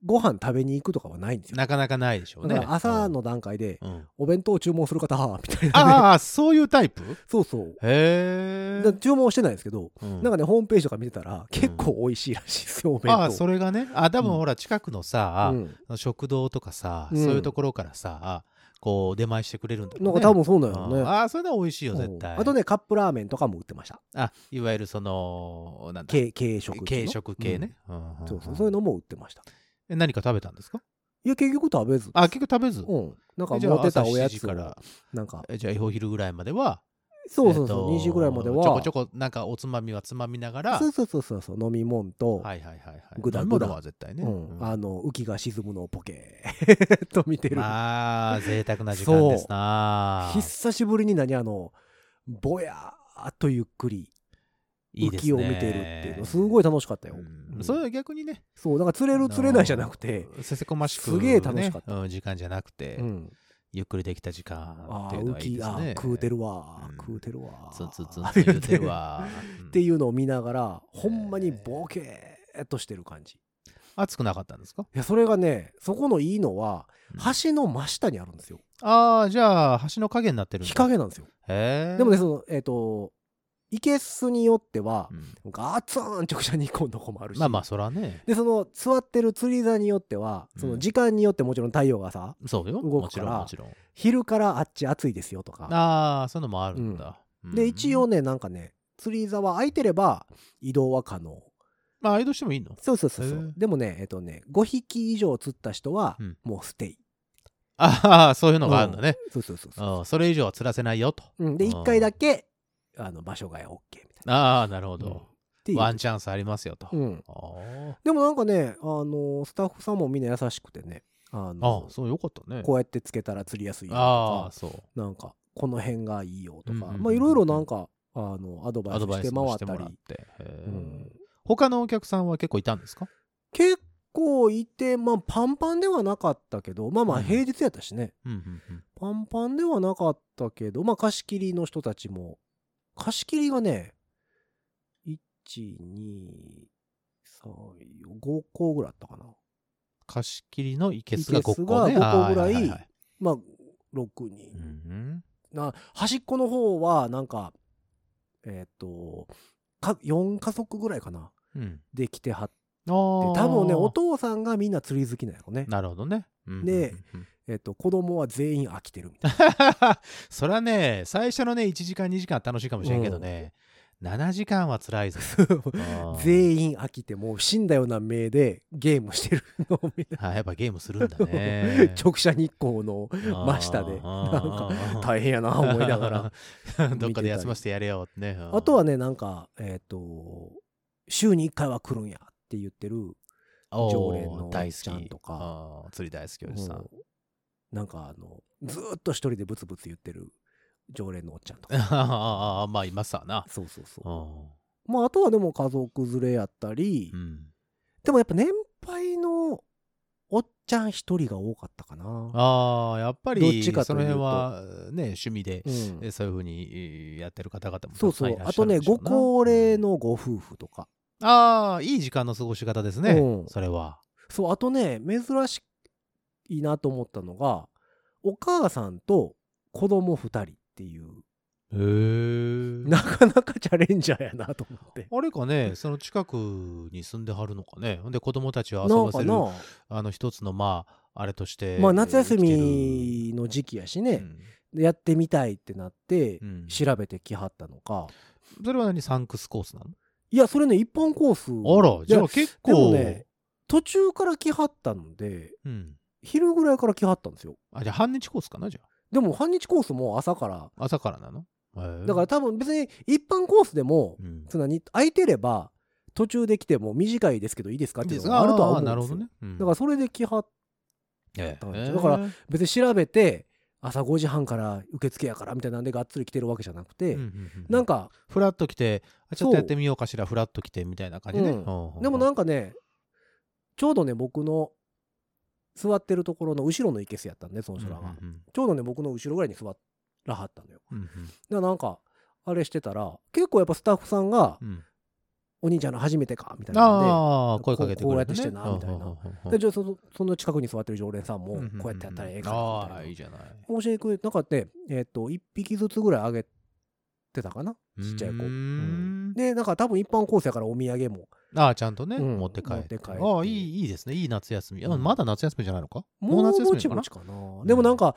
S2: ご飯食べに行くとかはないんですよ
S3: なかなかないでしょう
S2: だ
S3: ね。
S2: から朝の段階で、
S3: うん。うん
S2: お弁当を注文する方は、みたいな、ね。
S3: ああ、そういうタイプ
S2: そうそう。
S3: へ
S2: だ
S3: え
S2: から。注文してないんですけど、
S3: うん
S2: なんかね、ホームページとか見てたら、結構美味しいらしいですよ、お弁当。
S3: ああそれがねあ多分ほら近くのさ
S2: う、ん
S3: 食堂とかさ、
S2: うん
S3: そういうところからさこう出前してくれるんだろう
S2: な
S3: ね
S2: んか多分そうなんよね。
S3: あああそれなら美味しいよ絶対
S2: うんあとね、カップラーメンとかも売ってました。
S3: あいわゆるそのなんだ
S2: 軽軽食っていう
S3: 軽
S2: の。
S3: 食系ね、うん
S2: うん。そうそう、そういうのも売ってました。
S3: え何か食べたんですか
S2: いや、結局食べず。
S3: あ結局食べず、
S2: うん。なんか
S3: えじゃあ
S2: 持ってたおや
S3: 朝7時
S2: つ
S3: か
S2: を
S3: ら、
S2: なんか、
S3: えじゃあお昼ぐらいまでは
S2: そうそうそう、
S3: え
S2: 2
S3: っと
S2: 時ぐらいまで
S3: ちょこ
S2: は
S3: ちょ、こなんかおつまみはつまみながら
S2: そうそうそうそう、飲み物と、
S3: はいはいはいはい
S2: ぐだ
S3: 飲み
S2: ぐだ
S3: 物は絶対ね、
S2: うん
S3: あ
S2: あの、浮きが沈むのをポケ ーっと見てる。
S3: まあ贅沢な時間ですな
S2: 久しぶりに何あのぼやーっとゆっくり
S3: いい
S2: 浮
S3: です
S2: き
S3: ね
S2: を見てるっていうのすごい楽しかったよ、
S3: うん
S2: うん
S3: それは逆にね
S2: そうだから釣れる釣れないじゃなくて、
S3: あのせせこましく、
S2: すげえ楽しかった
S3: ねうん時間じゃなくて、
S2: うん、
S3: ゆっくりできた時間
S2: あ
S3: って
S2: あ
S3: いうの
S2: 浮
S3: はいい
S2: き
S3: です
S2: ああ
S3: ね
S2: 食うてるわー、
S3: うん
S2: 食うてるわー
S3: ツンツンツンツン言うてる わ
S2: って
S3: うん
S2: いうのを見ながらほんまにボケーっとしてる感じ
S3: 暑くなかったんですか
S2: いやそれがねそこのいいのは
S3: うん
S2: 橋の真下にあるんですよ
S3: ああじゃあ橋の影になってるんだ
S2: 日陰なんですよ
S3: へえ
S2: でもねそのえっ、といけすによっては
S3: う、ん
S2: ガツン直射日光のとこもあるし、
S3: まあまあ、そらね。
S2: でその座ってる釣り座によっては
S3: うん
S2: その時間によってもちろん太陽がさ
S3: そうよ。
S2: 動
S3: も
S2: く
S3: ち
S2: か
S3: ろ
S2: ら
S3: ん、もちろん。
S2: 昼からあっち暑いですよとか
S3: ああ、そういうのもあるんだ。う
S2: で
S3: ん
S2: 一応、ねなんかね釣り座は空いてれば移動は可能
S3: まあ、アイドしてもいいの
S2: そうそうそうそ
S3: へ
S2: う
S3: え
S2: でもねえっとね5匹以上釣った人は
S3: うん
S2: もうステイ、
S3: ああ、そういうのがあるんだね。
S2: そうそうそうそう
S3: うんそれ以上は釣らせないよと。
S2: うん、で
S3: うん
S2: 1回だけあの場所が OK みたいな
S3: ああ、なるほ
S2: うんっ
S3: ど。
S2: ていう
S3: ワンチャンスありますよと。
S2: うん、
S3: あー
S2: でもなんかねあのスタッフさんもみんな優しくてねあ
S3: あ
S2: の
S3: ー、そう、よかったね。
S2: こうやってつけたら釣りやすいよと
S3: あ
S2: か
S3: あ、そう。
S2: なんかこの辺がいいよと
S3: うんうん
S2: か、
S3: うんうん
S2: まあいろいろなんかあのアドバ
S3: ア
S2: イス
S3: ドバ
S2: し
S3: イ
S2: て
S3: ス
S2: 回
S3: も
S2: っ
S3: して
S2: た
S3: もらっ
S2: り、
S3: て。へ
S2: う
S3: ー
S2: ん
S3: 他のお客さんは結構いたんですか
S2: 結構いてまあパンパンではなかったけどまあま
S3: う
S2: あ
S3: ん
S2: 平日やったしね、
S3: うんうんうん。
S2: パンパンではなかったけどまあ貸し切りの人たちも貸し切りがね12345個ぐらいあったかな
S3: 貸し切りのいけすが5個ね。
S2: いけすが
S3: あー
S2: 5個ぐらい
S3: ははは
S2: まあ6人
S3: う、ん
S2: な端っこの方はなんかえっ、とか4家族ぐらいかな
S3: うん。
S2: で来てはっ
S3: ああ。
S2: で多分ねお父さんがみんな釣り好きなんやろね、
S3: なるほどね。うんうんうん
S2: で
S3: うん
S2: えっと子供は全員飽きてるみたい
S3: そりゃね、最初のね、1時間、2時間は楽しいかもしれんけどね、7時間は辛 いぞ。あ
S2: な
S3: ー
S2: 全員飽きてもう死んだような目でゲームしてるのを見た。
S3: あーやっぱゲームするんだね
S2: 直射日光 の真下で
S3: なん
S2: 大変やな思いなが ら
S3: どっかで休ませてやれよってね。
S2: あとはねなんかえっ、と週に1回は来るんやって言ってる常連の
S3: 大
S2: ちゃ
S3: 好
S2: ん
S3: き
S2: とか
S3: あー釣り大好きおじさん。
S2: うんなんかあのずーっと一人でブツブツ言ってる常連のおっちゃんとか
S3: あーまあ、いますわな。
S2: そうそうそううんまああとはでも家族連れやったり、
S3: うん
S2: でもやっぱ年配のおっちゃん一人が多かったかな。
S3: ああ、やっぱ
S2: どっ
S3: り、
S2: ちかと
S3: そ
S2: いう
S3: の
S2: と
S3: 辺はね、趣味で
S2: う、ん、
S3: えそういうふうにえーやってる方々も
S2: そう
S3: たく
S2: そ
S3: さんいうらっ
S2: あ
S3: しゃ
S2: と
S3: る
S2: ね
S3: んでしょ
S2: ご
S3: うな
S2: 高齢。のご夫婦とか
S3: ああ、いい時間の過ごし方ですね
S2: う。ん
S3: それは。
S2: そうあとね珍しいなと思ったのがお母さんと子供二人っていう
S3: へえ。
S2: なかなかチャレンジャーやなと思って。
S3: あれかね、その近くに住んではるのかね。ほんで、子供たちを遊
S2: なん
S3: ば
S2: か
S3: せる、
S2: な、
S3: あの、一つの、まあ、あれとして。
S2: まあ、夏休
S3: 生
S2: みの時期やし
S3: きてる
S2: ね、やってみたいってなって
S3: うんうん
S2: 調べてきはったのか、
S3: それは何サンクスコースなの
S2: いやそれね一般コース
S3: あら、じゃあ結
S2: でも
S3: 構。
S2: ね途中から来はったので
S3: うん。
S2: 昼ぐらいから来はったんですよ
S3: あ、じゃあ半日コースかなじゃ
S2: でも半日コースも朝から
S3: あ。朝からなのへえ
S2: だから多分別に一般コースでも
S3: うん。
S2: つまり空いてれば途中で来ても短いですけどいいですかっていうのがあるとは思うんですよ
S3: あーなるほどね。うん
S2: だからそれで来はっ
S3: え
S2: たんです
S3: え
S2: よだから別に調べて朝5時半から受付やからみたいなんでがっつり来てるわけじゃなくて、
S3: うんうんうん
S2: なんか
S3: フラッと来てあちょ
S2: そ
S3: っ
S2: う
S3: とやってみようかしらフラッと来てみたいな感じね、
S2: うん
S3: ほうほう
S2: でもなんかねちょうどね僕の座ってるところの後ろのいけすやったんでその人らが、
S3: うん
S2: ちょうどね僕の後ろぐらいに座らはったのよ
S3: うんうん
S2: だからなんかあれしてたら結構やっぱスタッフさんが
S3: うんうん
S2: 「お兄ちゃんの初めてか」みたいなん
S3: ああ声かけてく
S2: こ
S3: れる、ね、
S2: うやってしてなみたいなでで
S3: な
S2: じゃあそのその近くに座ってる常連さんもこうやってやったらええから
S3: ああーい
S2: み
S3: いじゃない
S2: たいな教えてくれてなんかねえっと1匹ずつぐらいあげてたかなちっちゃい子
S3: うーん
S2: でなんか多分一般コースやからお土産も
S3: ああちゃんとね、
S2: うん
S3: 持って帰っ
S2: 持って
S3: て
S2: 帰って
S3: ああいいいいですねいい夏休み、あ
S2: うん
S3: まだ夏休みじゃないのか
S2: もう
S3: 夏休
S2: ぼ
S3: み
S2: ち
S3: なの
S2: ぼ
S3: か
S2: ちかなでもなんか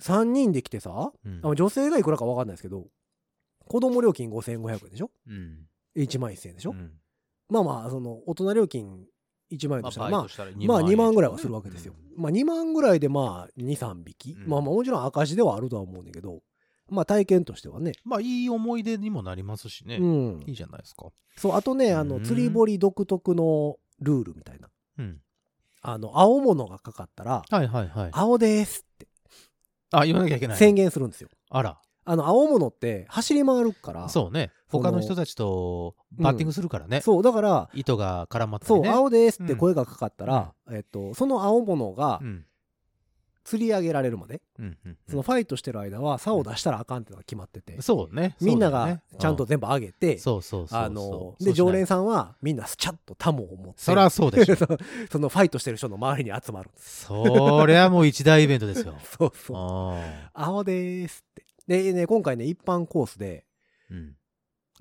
S2: 3人で来てさ
S3: な
S2: あ女性がいくらか分かんないですけど子供料金5500円でしょ
S3: うんうん
S2: 1万1000円でしょ
S3: うん
S2: まあまあその大人料金1万円としたらまあ
S3: バイトしたら
S2: まあ2万ぐらい
S3: 円
S2: はするわけですよ。
S3: うん
S2: まあ2万ぐらいでまあ2、3匹。
S3: うん
S2: まあまあもちろん赤字ではあるとは思うんだけど、まあ体験としてはね。
S3: まあいい思い出にもなりますしね、
S2: うん
S3: いい。じゃないですか、
S2: そう、あとね、あの、
S3: うん
S2: 釣り堀独特のルールみたいな。
S3: うん、
S2: あの、青物がかかったら、
S3: はいはいはい
S2: 青ですって
S3: あ言わなきゃいけない
S2: 宣言するんですよ。
S3: あら
S2: あの、青物って走り回るから。
S3: そうね
S2: その
S3: 他の人たちとバッティングするからね、
S2: そうだから、
S3: 糸が絡まった
S2: そ
S3: り
S2: う、
S3: ね
S2: 青ですって声がかかったら、えっと、その青物が
S3: うん
S2: 釣り上げられるまで、
S3: うんうん
S2: そのファイトしてる間は、竿を出したらあかんっていうのが決まってて、
S3: そうね
S2: みんな
S3: そうだ
S2: が
S3: よね
S2: ちゃんと全部上げて、
S3: うんそうそうそうそう
S2: あの
S3: そ
S2: で
S3: うしない
S2: 常連さんはみんなスチャッとタモを持って
S3: そりゃそ うでしょ
S2: そのファイトしてる人の周りに集まるんです
S3: そりゃもう一大イベントですよ
S2: そうそう「
S3: あ
S2: 青でーす」ってでね今回ね一般コースで
S3: ーうん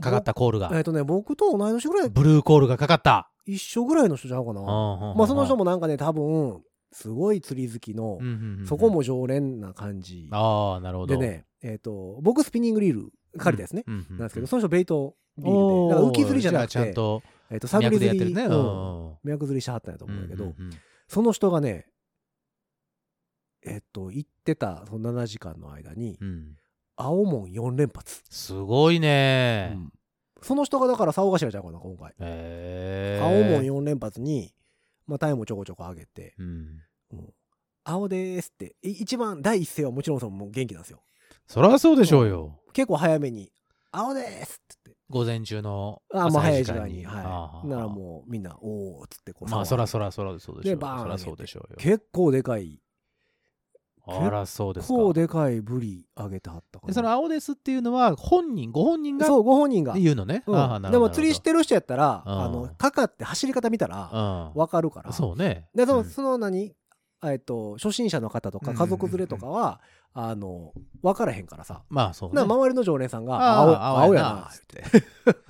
S3: かかったコールが
S2: えっ、とね僕と同い年ぐらい
S3: ブルーコールがかかった
S2: 一緒ぐらいの人じゃんかなま
S3: ま
S2: あその人もなんかね多分すごい釣り好きの、そこも常連な感じ
S3: ああなるほ
S2: で
S3: ど
S2: ねえっ、と僕スピニングリール狩りですね、
S3: うんうんうん
S2: なんですけどその人ベイトリールで
S3: おー
S2: だから浮き釣りじゃなくて
S3: あちゃんと
S2: えっと探り
S3: 脈で
S2: 釣
S3: やっ
S2: り
S3: てるね
S2: う
S3: うんんうん
S2: 脈釣りしはったんやと思うんだけど、
S3: うんうんうん
S2: その人がねえっと行ってたその7時間の間に
S3: うん
S2: 青門4連発、
S3: すごいね
S2: うんその人がだから竿頭ちゃうかな今回、
S3: へえ
S2: 青門4連発に、まあ、タイムちょこちょこ上げて
S3: うん
S2: 「うん青でーす」ってい一番第一声はもちろんそのもう元気なんですよ
S3: そりゃそうでしょうよ
S2: 結構早めに「青でーす」って言って
S3: 午前中の
S2: ああもう
S3: 朝
S2: 早い
S3: 一
S2: 時
S3: 時
S2: 間
S3: 間
S2: に、
S3: に
S2: はい、ならもうみんな「おー」っつってこう
S3: まあそ
S2: 竿を
S3: らそらそらそうでしょ
S2: で
S3: う
S2: バーン
S3: そらそうでしょうよ
S2: 結構でかい
S3: あらそうですか
S2: こうでかいブリ上げてはったか
S3: で
S2: ら
S3: その青ですっていうのは本人ご本人が
S2: そうご本人が
S3: 言うのね
S2: うん
S3: ああなるほ
S2: でも
S3: ど
S2: 釣りしてる人やったら、
S3: うん
S2: あのかかって走り方見たら
S3: わ
S2: 分かるから、
S3: そうね
S2: でその,、
S3: うん
S2: その何えっと初心者の方とか
S3: うん
S2: 家族連れとかは、あの分からへんからさ、
S3: まあそうね
S2: な周りの常連さんが「
S3: ああ
S2: 青青やな」
S3: って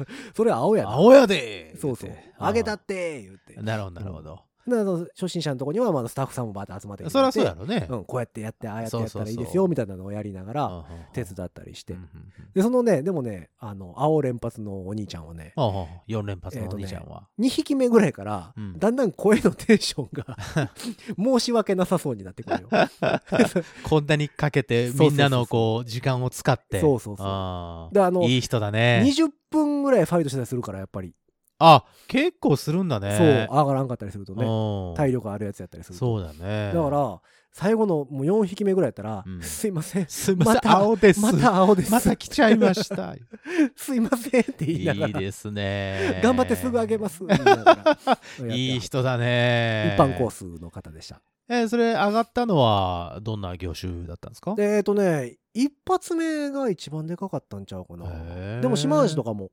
S2: それ青やな」
S3: 青やで
S2: そうそう
S3: 言って
S2: 「あげたって」言って
S3: ああなるほどなるほど
S2: なその初心者のとこにはまだスタッフさんもバーって集まってきて
S3: そりゃそうやろね
S2: うん、こうやってやってああやってやったらいい
S3: そう
S2: で
S3: そう
S2: す
S3: そ
S2: よ
S3: う
S2: みたいなのをやりながら、
S3: あ
S2: 手伝ったりして、
S3: うんうんうん
S2: でそのねでもねあの青連発のお兄ちゃんはね
S3: ああ4連発のお兄ちゃんは
S2: 2匹目ぐらいから、
S3: うん
S2: だんだん声のテンションが 申し訳なさそうになってくる よ。
S3: こんなにかけて
S2: そうそうそう
S3: みんなのこう時間を使って
S2: そうそうそう
S3: ああ
S2: であの
S3: いい人だね
S2: 20分ぐらいファイトしてたりするからやっぱり、
S3: あ結構するんだね
S2: そう上がらんかったりするとね
S3: ね
S2: 体力あるやつやったりすると
S3: そうだね
S2: だから最後のもう4匹目ぐらいやったら「
S3: うん
S2: すいません
S3: すいません、
S2: また
S3: 青です。
S2: また青です」
S3: また来ちゃいました。
S2: すいません」って言
S3: い
S2: いなが
S3: い
S2: ら
S3: ですね。
S2: 頑張ってすぐあげます」言いながら
S3: いい
S2: 一
S3: 人だね。
S2: 般コースの方でした。
S3: えーそれ上がったのはどんな業種だったんですか
S2: でえっ、とね一発目が一番でかかったんちゃうかな。でも島味と
S3: か。
S2: かも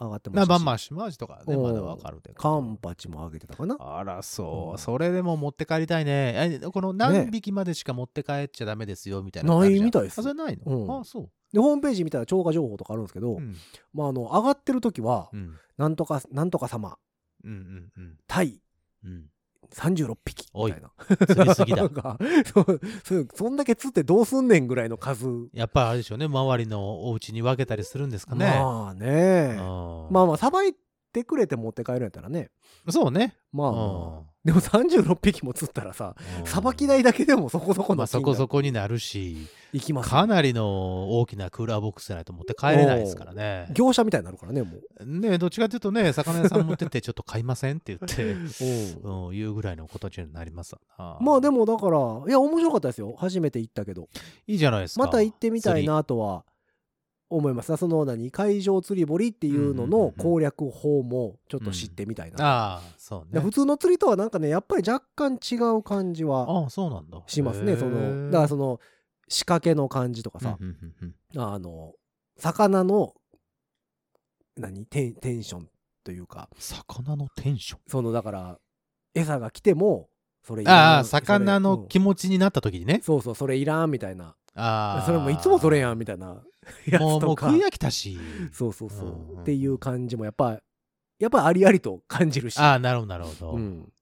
S2: 上がってま
S3: ま
S2: し
S3: あま
S2: た
S3: あ
S2: し
S3: まあ、島味とかね、
S2: うん
S3: まだわかるけど
S2: カンパチも上げてたかな。
S3: あら、
S2: う
S3: そ
S2: ん
S3: う。それでも持って帰りたいね。えこの
S2: ね
S3: 何匹までしか持って帰っちゃダメですよ、みたいな。
S2: ないみたいです
S3: あ、それない
S2: うん
S3: のあ、そう。
S2: でホームページ見たら超過情報とかあるんですけど、
S3: うん。
S2: まあ、あの上がってる時は、
S3: うん。
S2: なんとかなんとか様
S3: うん。うん。
S2: 対
S3: うん。
S2: 36匹
S3: お
S2: み
S3: い
S2: たいな。
S3: 釣りす ぎ
S2: な
S3: だ
S2: ん。かそうそうそんだけ釣ってどうすんねんぐらいの数、
S3: やっぱりあれでしょうね、周りのお家に分けたりするんですかね。
S2: まあね、
S3: うん
S2: まあまあさばいてくれて持って帰るんやったらね
S3: そうね。
S2: まあまあ、
S3: う
S2: でも36匹も釣ったらさ
S3: ん
S2: さばき代だけでもそこそこ
S3: ま
S2: の
S3: あそ
S2: 金
S3: こそ
S2: 額
S3: こになるし、
S2: いきますよ、
S3: かなりの大きなクーラーボックスじゃないと持って帰れないですからね。
S2: 業者みたいになるからねもう
S3: ねどっちかというとね、魚屋さん持ってってちょっと買いませんって言って、
S2: うん
S3: うん、言うぐらいの形になりますわな
S2: まあでもだからいや面白かったですよ初めて行ったけど
S3: いいじゃないですか。
S2: また行ってみたいなとは思いますなその何海上釣り堀っていうの
S3: うんうんうんう
S2: の
S3: ん
S2: 攻略法もちょっと知ってみたい
S3: 釣り。
S2: な、
S3: ああ、そう
S2: で
S3: ね。
S2: 普通の釣りとはなんかねやっぱり若干違う感じは
S3: ああ、そうなんだ。
S2: しますねそのだからその仕掛けの感じとかさ、
S3: うんうんうんうん
S2: あの魚の何テンテンションというか
S3: 魚のテンション。
S2: そのだから餌が来てもそれいらん
S3: ああ、
S2: それ
S3: 魚の
S2: うん
S3: 気持ちになった時にね。
S2: そうそうそれいらんみたいな
S3: ああ。
S2: それもいつもそれやんみたいなやつとか
S3: もうもう食い飽き たし。
S2: そうそうそう、
S3: うんうん
S2: っていう感じもやっぱやっぱありありと感じるし
S3: ああ、なるほど、なるほど。
S2: うん、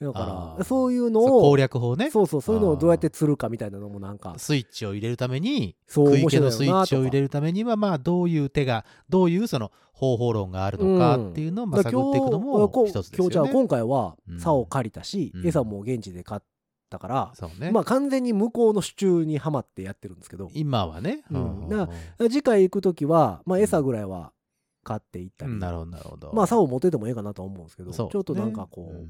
S2: だから
S3: あー
S2: そういうの
S3: そう
S2: を
S3: 攻略法ね。
S2: そうそうそういうのをどうやって釣るかみたいなのもなんか
S3: スイッチを入れるために、
S2: そう
S3: 食い
S2: 面
S3: 気
S2: 白
S3: の
S2: い
S3: ス
S2: だ
S3: イ
S2: よ
S3: ッ
S2: な
S3: チを
S2: と
S3: 入
S2: か
S3: れるためには、まあ、どういう手が、どういうその方法論があるのかっていうのを、まあ、
S2: だから今
S3: 探っ
S2: 日
S3: ていくのも
S2: こう
S3: 一つで
S2: 今日
S3: す
S2: じゃ
S3: よ
S2: あ
S3: ね。
S2: 今回は
S3: うん
S2: 竿を借りたし、
S3: うん
S2: 餌も現地で買ったから、
S3: そうね。
S2: まあ完全に向こうの支柱にはまってやってるんですけど
S3: 今はね。
S2: うん
S3: うん
S2: だか次回行く時は、まあ、餌ぐらいは買っていった
S3: う
S2: り、
S3: んなるほど、なるほど。
S2: まあ竿持っててもええかなとは思うんですけど、
S3: そうね
S2: ちょっとなんかこう、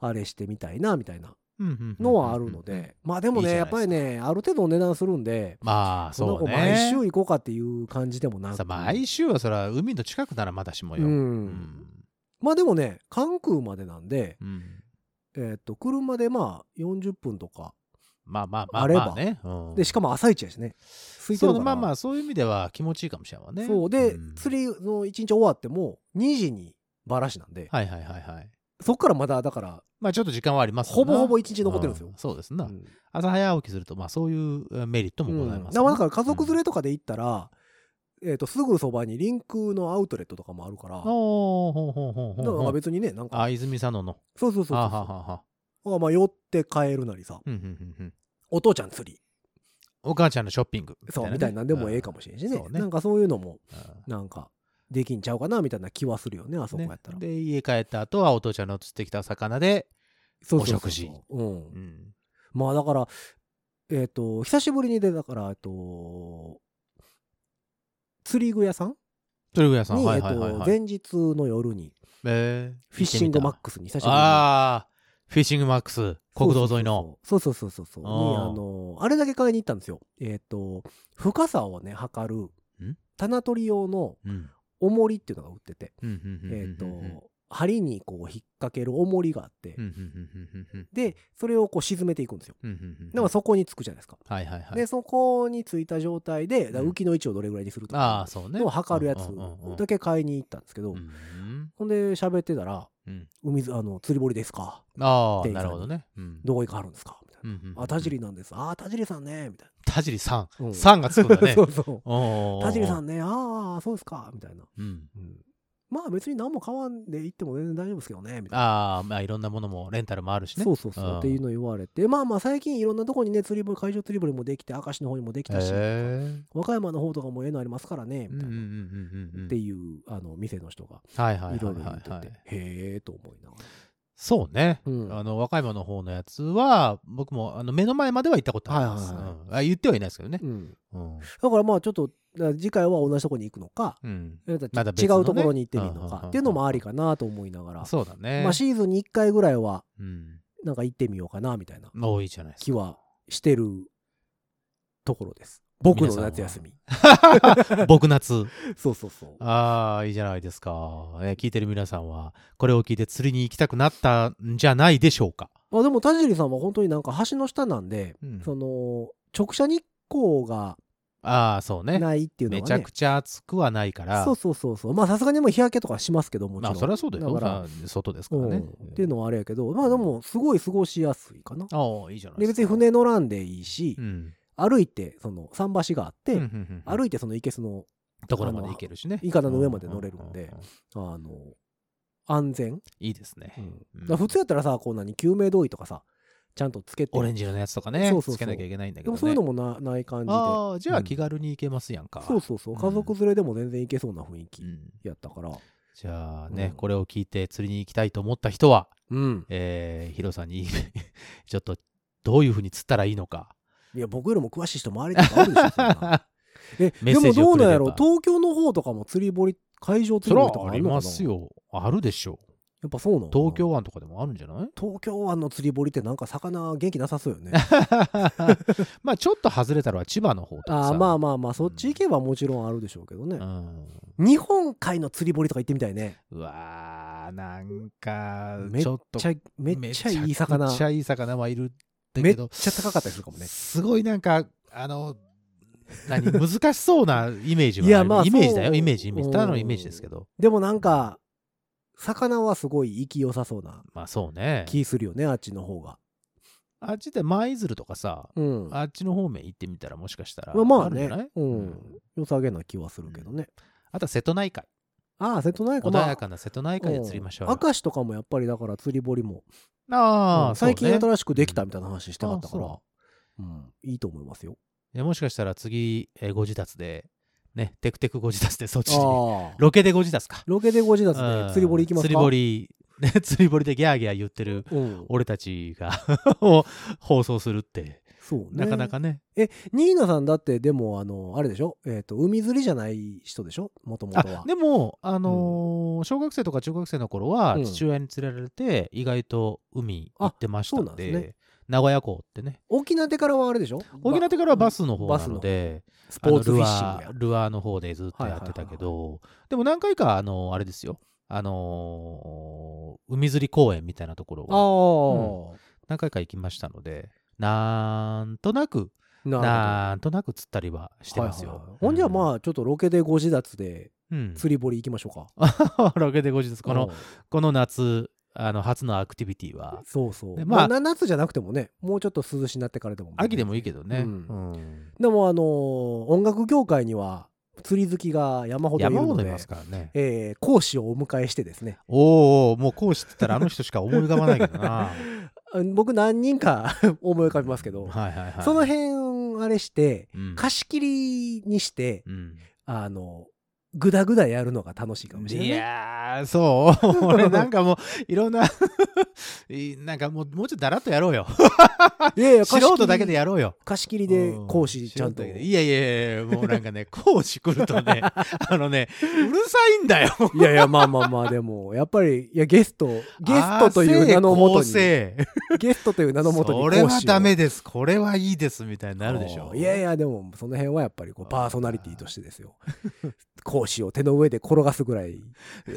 S2: あれしてみたいなみたいな
S3: うん、うんうんうん
S2: のはあるので、。まあでもね
S3: いいじ
S2: や
S3: ゃ
S2: っ
S3: ないです
S2: ぱ
S3: か
S2: りねある程度お値段するんで
S3: まあ、
S2: そんな
S3: そう
S2: こう
S3: ね。
S2: 毎週行こうかっていう感じでもなく
S3: さ毎週はそら、海の近くならまだしも
S2: う
S3: よ。うんん
S2: まあでもね関空までなんで、
S3: うん
S2: えーっと車でまあ40分とか
S3: まあまあま
S2: あ
S3: あ
S2: れば
S3: まあね。うん
S2: でしかも朝一やしね空いて
S3: そ
S2: る
S3: う
S2: から
S3: まあまあそういう意味では気持ちいいかもしれんわね。
S2: そうで、
S3: ん
S2: 釣りの一日終わっても2時にバラシなんで、
S3: はいはいはいはい。
S2: そっからまだだから
S3: まあちょっと時間はあります
S2: ほぼほぼ
S3: 一
S2: 一日残ってるんですよ、
S3: そうですな、
S2: うん
S3: 朝早起きするとまあそういうえーメリットもございます、
S2: うんだから家族連れとかで行ったら、えっとすぐそばにリンクのアウトレットとかもあるから
S3: おーほうほうほうほ
S2: だ
S3: う
S2: から
S3: ほう。
S2: 別にねなんか
S3: あ、泉佐野の。
S2: そうそうそう
S3: あ
S2: そ
S3: は
S2: うだ
S3: は
S2: か
S3: はは。
S2: らまあ寄って帰るなりさ
S3: うんうんうんうん。
S2: お父ちゃん釣り
S3: お母ちゃんのショッピング。
S2: そうみたいなんでもええか
S3: も。
S2: もしれんしね
S3: そうね
S2: なんかそういうのも
S3: うんうん
S2: なんかできんちゃうかなみたいな気はするよねあそこ
S3: ね
S2: やったら、
S3: で、家帰った後はお父ちゃんの釣ってきた魚で、
S2: そうそうそう
S3: お食事
S2: うん
S3: うん。
S2: まあだから、えっ、と、久しぶりにで、だから、えっと、釣り具屋さん
S3: 鳥具屋さん、
S2: に、
S3: は
S2: えっ
S3: いはいはい
S2: と、
S3: はい。
S2: 前日の夜に、
S3: えー
S2: フィッシングマッ
S3: 行って
S2: クスに久しぶ
S3: みた
S2: りに。
S3: ああ、フィッシングマックス、
S2: そうそ
S3: 国
S2: うそうそう
S3: 道沿いの。。
S2: そうそうそうそうそう。に、あ
S3: あー
S2: の、あれだけ買いに行ったんですよ。えっと、深さをね、測る
S3: ん、
S2: 棚取り用の
S3: うん。
S2: 重りっていうのが売ってて、
S3: うんうんうんうん
S2: えっ
S3: うんうん
S2: と、針にこう引っ掛ける重りがあって
S3: うん、うんうんうんうんうん
S2: で、それをこう沈めていくんですよ。
S3: うんうんうんうん
S2: でもそこにつくじゃないですか。
S3: はいはいはい。
S2: で、そこについた状態で、だから
S3: うん
S2: 浮きの位置をどれぐらいにすると
S3: ああ、
S2: か、
S3: そうね。
S2: のを測るやつ
S3: うんうんうんうん
S2: だけ買いに行ったんですけど、
S3: うん
S2: ほんで喋ってたら、
S3: うん
S2: 海ずあの釣り堀ですか
S3: ああ、
S2: 店員さ
S3: なんるほどね。うん
S2: どこ行かはるんですかみたい
S3: うんうんうん
S2: な。あ、田尻なんです。あー、田尻さんね。みたい
S3: 田尻さん。
S2: な。うん
S3: さんがつくんだ ね
S2: そ。うそう。
S3: おー
S2: 田尻さ。んね。あーあー、そうですか。みたいな。
S3: うん。
S2: うんまあ別に何も買わんで行っても全然大丈夫ですけどね。みたいな。
S3: ああ、まあいろんなものもレンタルもあるしね。
S2: そうそうそう。
S3: ん
S2: っていうの言われて、まあまあ最近いろんなとこにね、釣り堀、海上釣り堀もできて、明石の方にもでき
S3: へ
S2: たし、
S3: え。
S2: 和歌山の方とかもええのありますからね。
S3: うん
S2: み
S3: うん
S2: た
S3: う
S2: い
S3: ん
S2: な。
S3: うんうんうん
S2: っていうあの店の人が
S3: はいはいはい
S2: いろいろ言っ
S3: はい
S2: て
S3: はい
S2: て。へえと思いながら
S3: そうね。
S2: うん
S3: あの、和歌山の方のやつは、僕もあの目の前までは行ったことあります。
S2: はいはいはい
S3: うんあ言ってはいないですけどね。
S2: うん
S3: うん。
S2: だからまあちょっとだから次回は同じとこに行くのか
S3: うん
S2: えー
S3: ま
S2: だ
S3: だ
S2: って違
S3: 別のね
S2: うところに行ってみる
S3: うんう
S2: の
S3: んうんうん
S2: かっていうのもありかなと思いながら
S3: そうだね。
S2: まあシーズンに1回ぐらいは
S3: うん。
S2: なんか行ってみようかなみたいな
S3: 多いじゃないですか
S2: 気はしてるところです僕の夏休み
S3: 僕夏。
S2: そうそうそう
S3: ああ、いいじゃないですか。えー聞いてる皆さんは、これを聞いて釣りに行きたくなったんじゃないでしょうか。
S2: まあでも田尻さんは本当になんか橋の下なんで
S3: うん
S2: その直射日光が
S3: ああ、そうね。
S2: ないっていうの
S3: めち
S2: が
S3: ゃ
S2: ね
S3: くちゃ暑くはないから。
S2: そうそうそうそうまあさすがにもう日焼けとかしますけどもち
S3: ま
S2: ろ
S3: あ、
S2: ん
S3: そりゃそうだよ。
S2: だから
S3: まあ外ですか
S2: う
S3: ら
S2: ん
S3: ね。
S2: っていうのはあれやけどまあでもすごい過ごしやすいかな
S3: ああ、いいじゃない
S2: で
S3: ですか。
S2: 別に船乗らんでいいし、
S3: うん。
S2: 歩いてその桟橋があって、
S3: うんうんうんうん
S2: 歩いてその生けすの
S3: ところまで行けるしね。
S2: いかだの上まで乗れるんで
S3: うううう
S2: あの安全、
S3: いいですね。うん
S2: だから普通やったらさこう何救命胴衣とかさちゃんとつけて
S3: オレンジのやつとかね
S2: そうそうそう
S3: つけなきゃいけないんだけ
S2: で
S3: ど、
S2: も
S3: ね、
S2: そういうのもなない感じで
S3: ああじゃ
S2: う
S3: あ
S2: ん
S3: 気軽に行けますやんか、
S2: そうそうそう
S3: うん
S2: 家族連れでも全然行けそうな雰囲気
S3: うん
S2: やったから
S3: じゃあ
S2: う
S3: ね、
S2: ん
S3: これを聞いて釣りに行きたいと思った人は、
S2: うん、
S3: えー、ヒロさんに ちょっとどういうふうに釣ったらいいの か
S2: いや僕よりも詳しい人周りとかあるでしょそん なえ
S3: メ
S2: で
S3: ッセー
S2: も
S3: ジを
S2: どう
S3: くれれば
S2: なんやろう東京の方とかも釣り堀海上釣
S3: そ
S2: り
S3: れ
S2: 堀とか
S3: は
S2: あ
S3: あ
S2: る
S3: り
S2: のかな
S3: ますよあるでしょう
S2: やっぱそうなのかな
S3: 東京湾とかでもあるんじゃない
S2: 東京湾の釣り堀ってなんか魚元気なさそうよね
S3: まあちょっと外れたら千葉の方とか
S2: ああ
S3: さ
S2: まあまあまあそっち行けばもちろんあるでしょうけどね、
S3: うん
S2: 日本海の釣り堀とか行ってみたいね
S3: うわーなんか
S2: めっ
S3: ちょっと
S2: ちゃめっちゃいい
S3: め
S2: 魚
S3: っちゃいい魚はいるんだ
S2: め
S3: け
S2: っ
S3: ど
S2: ちゃ高かったりするかもね
S3: すごいなんかあの何難しそうなイメージはある
S2: いやまあ
S3: イメージだ
S2: そ
S3: よ
S2: う
S3: イメージイメー
S2: う
S3: ジ
S2: ん
S3: ただのイメージですけど
S2: でもなんか魚はすごい生き良さそうな
S3: まあそうね
S2: 気するよねあっちの方が
S3: あっちで舞鶴とかさ
S2: うん
S3: あっちの方面行ってみたらもしかしたら
S2: まあまあ
S3: るんじゃない
S2: ねうん良さげな気はするけどね、
S3: あとは瀬戸内海
S2: ああ瀬戸内海
S3: 穏やかな瀬戸内海で釣りましょうよ
S2: ん明石とかもやっぱりだから釣り堀も、
S3: あ
S2: う
S3: あ
S2: ん
S3: そうね
S2: 最近新しくできたみたいな話してはったから、
S3: あそ
S2: うん、いいと思いますよ
S3: いやもしかしたら次えーご自達でねテクテクご自達でそっちに
S2: ああ
S3: ロケでご自達か
S2: ロケでご自宅
S3: う
S2: で
S3: ん
S2: 釣り堀行きますか
S3: 釣り堀ね 釣り堀でギャーギャー言ってる
S2: うん、
S3: 俺たちが を放送するって
S2: そうね。
S3: なかな。かね
S2: ニーナさんだって、でも、あの、あれでしょえっ、と、海釣りじゃない人でしょもともとは
S3: あ。でも、あのー小学生とか中学生の頃は
S2: うん
S3: 父親に連れられて意外と海行ってました
S2: あそ
S3: ん
S2: う
S3: で,、
S2: なんですね
S3: 名古屋港ってね
S2: 沖縄でからはあれでしょ
S3: 沖縄ってからはバスの方
S2: バ
S3: な
S2: ス
S3: の
S2: の
S3: で
S2: ス
S3: あ
S2: ポ
S3: の
S2: ーツフィッシングや。
S3: ルアールアーの方でずっとやってたけど、
S2: は
S3: でも何回かあのあれですよあのー海釣り公園みたいなところ
S2: あ
S3: を
S2: あ、
S3: 何回か行きましたのでなんとなく
S2: なるほど
S3: なんとなく釣ったりはしてますよ、
S2: はいはいはいほんじゃ、
S3: あ、
S2: まあ、ちょっとロケでご自宅で
S3: うん、
S2: 釣り堀行きましょうか。
S3: ロケでご自ですこの
S2: うん、
S3: この夏あの初のアクティビティは
S2: そうそう。
S3: でま
S2: ま
S3: あ
S2: あ、な夏じゃなくてもね、もうちょっと涼しになってからでも。
S3: 秋でもいいけどね、
S2: うん
S3: うん
S2: でも、あのー音楽業界には、釣り好きが山ほどいる
S3: 山ほ
S2: の
S3: どい
S2: で
S3: ますからね。
S2: えー講師をお迎えしてですね
S3: おーおー、もう講師って言ったらあの人しか思い浮かばないけど な。
S2: あ僕何人か 思い浮かびますけど、
S3: はいはいはい。
S2: その辺あれして
S3: うん、
S2: 貸し切りにして
S3: うん
S2: あのグダグダやるのが楽しいかもしれない
S3: い
S2: ね、
S3: や ー、そう。俺なんかもう、いろんな い、なんかもう、もうちょっとだらっとやろうよ。
S2: いやいや
S3: 素
S2: 貸し切
S3: 人
S2: り
S3: だけでやろうよ。
S2: 貸し切りで
S3: うん
S2: 講師ちゃん
S3: 素人
S2: と
S3: だけでいやいやいや、もうなん かね、講師来るとね、あのね、うるさいんだよ。
S2: いやいや、まあまあまあ、でも、やっぱり、いや、ゲス ト、ゲストという名のもとに、ゲ
S3: あー性
S2: ストという名の
S3: 構
S2: も
S3: 成
S2: とに
S3: そ
S2: 講師
S3: れ
S2: を、
S3: はダメです。これはいいです。みたいになるでしょ。
S2: いやいや、でも、その辺はやっぱり、こう、パーソナリティとしてですよ。講師を手の上で転がすぐらい。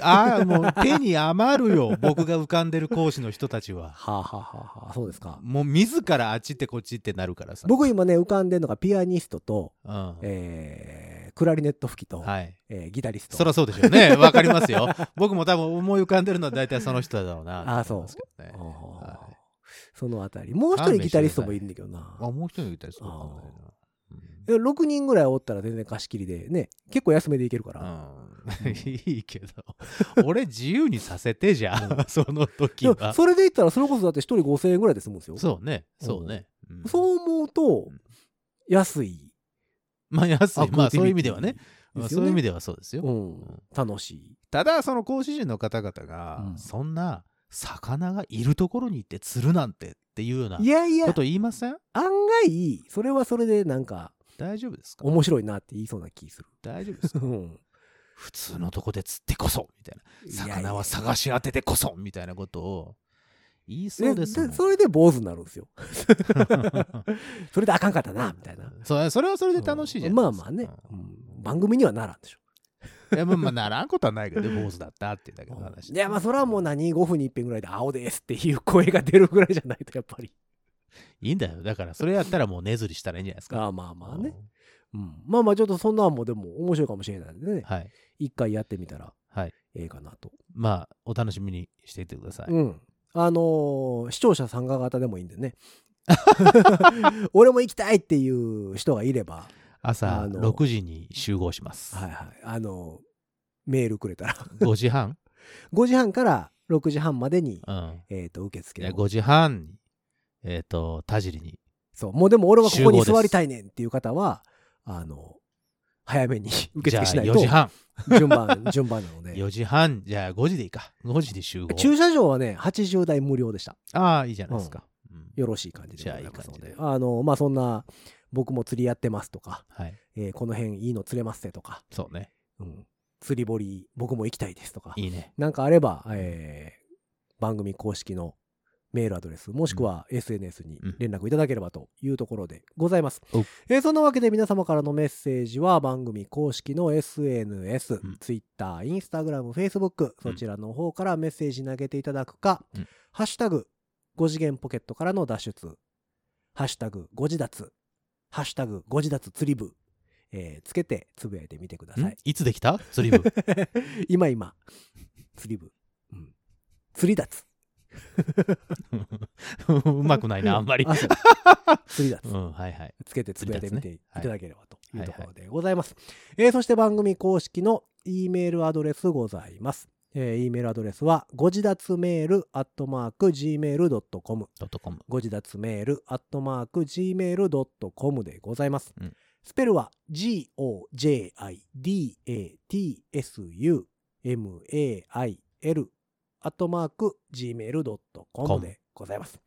S3: ああ、もう手に余るよ。 僕が浮かんでる講師の人たちは。
S2: はあ、はあはあはあ、そうですか。
S3: もう自らあっちってこっちってなるからさ。
S2: 僕今ね、浮かんでるのが、ピアニストと、
S3: うん。
S2: えー、クラリネット吹きと、
S3: はい。
S2: えーギタリスト。
S3: そりゃそうでしょうね。わかりますよ。僕も多分思い浮かんでるのは大体その人だろうな。
S2: あーそう
S3: と思いますけどね
S2: あー
S3: はい
S2: そのあたり。もう一人ギタリストもいるんだけどな。
S3: あ、もう一人いたりするかもね
S2: いや6人ぐらいおったら全然貸し切りで、ね、結構安めでいけるから。
S3: うん。 いいけど。俺自由にさせてじゃん。その時
S2: いや
S3: は。
S2: それで言ったらそれこそだって一人5000円ぐらいで済むんですよそ
S3: そうね。そうね。ん
S2: う思うと
S3: うん
S2: 安い
S3: まあ安
S2: ア
S3: い。
S2: ク
S3: ま
S2: ティビテ
S3: あそう
S2: ィ
S3: いう意味ではね。
S2: ですよね
S3: そういう意味ではそうですよ。
S2: うん楽しい
S3: ただその講師陣の方々が、
S2: うん
S3: そんな魚がいるところに行って釣るなんてっていうようない
S2: やいや
S3: こと言いません
S2: 案外それはそれでなんか
S3: 大丈夫ですか
S2: 面白いなって言いそうな気する
S3: 大丈 夫ですか
S2: うん
S3: 普通のとこで釣ってこそみたい
S2: い
S3: な
S2: や
S3: 魚は探し当ててこそみたいなことを言いそう
S2: ね
S3: ですもん
S2: でそれで坊主になるんですよそれであかんかったなみたいな
S3: そうそれはそれで楽しいじゃん
S2: まあまあね、うん番組にはならんでしょ
S3: いやまあまあならんことはないけど坊主だったっていうだけの話
S2: いやまあそれはもう
S3: な
S2: 何5分に1遍ぐらいで「青です」っていう声が出るぐらいじゃないとやっぱり
S3: いいんだよだからそれやったらもう根ずりしたらいいんじゃないですか
S2: ああまあまあね、うん、まあまあちょっとそんなんもでも面白いかもしれないんでね
S3: はい
S2: 一回やってみたら
S3: はい
S2: ええかなと。
S3: まあお楽しみにしていてください
S2: うん。あのー視聴者参加型でもいいんでね。 俺も行きたいっていう人がいれば、
S3: 朝
S2: あの
S3: 6時に集合します。
S2: はいはい。あのーメールくれたら。
S3: 5時半、
S2: 5時半から6時半までに、
S3: うん、
S2: えっ、と、受
S3: い
S2: 付
S3: や
S2: を。
S3: 5時半に、えっ、と、田尻に。
S2: そう。もうでも俺はここ
S3: 集合
S2: に
S3: です
S2: 座りたいねんっていう方は、あの早めに 受
S3: じゃあ
S2: 付しない
S3: 4時
S2: と
S3: 半。
S2: 順番、 順番なので。
S3: 4時半、じゃあ5時でいいか。5時で集合。
S2: 駐車場はね、80台無料でした。
S3: ああ、いいじゃないですか。うん
S2: よろしい感じでございますの
S3: じゃあい
S2: で
S3: い。感
S2: あの、まあ、そんな、僕も釣りやってますとか、
S3: はい。
S2: えーこの辺いいの釣れますねとか、
S3: そうね。
S2: うん、釣り堀僕も行きたいですとか、
S3: いいね。
S2: なんかあれば、えー番組公式のメールアドレス、もしくは SNS に
S3: うん
S2: 連絡いただければというところでございます。
S3: お
S2: えーそんなわけで皆様からのメッセージは番組公式の SNS、
S3: ん
S2: Twitter、Instagram、Facebook、そちらの方からメッセージ投げていただくか、
S3: うん
S2: ハッシュタグ、5次元ポケットからの脱出、ハッシュタグ、5次脱、ハッシュタグ、5次脱釣り部、えーつけてつぶやいてみてください
S3: ん。いつできた釣 り部。
S2: 今今釣り部、うん、釣り脱
S3: うまくないな、あんまり。
S2: あそう 釣り脱
S3: うん、はいはい。
S2: つけてつぶやいてみて
S3: 釣
S2: い
S3: り脱ねはい
S2: ただければというところでございます、えーそして番組公式の E メールアドレスございますえー、E メールアドレスは、ご自立メール、アットマーク、gmail.com。
S3: ドットコム。
S2: ご自立メール、アットマーク、gmail.com でございます。
S3: うん
S2: スペルは、g-o-j-i-d-a-t-s-u-m-a-i-l、アットマーク、gmail.com でございます。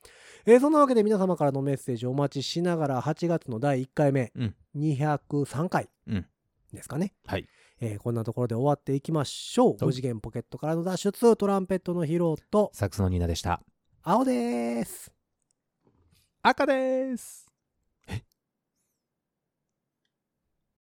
S2: えーそんなわけで皆様からのメッセージをお待ちしながら、8月の第1回目、
S3: うん
S2: 203回
S3: うん
S2: ですかね。
S3: はい。
S2: えーこんなところで終わっていきましょう。
S3: お
S2: 5次元ポケットからの脱出、トランペットのヒロと、
S3: サックスのニーナでした。
S2: 青です。
S3: 赤です。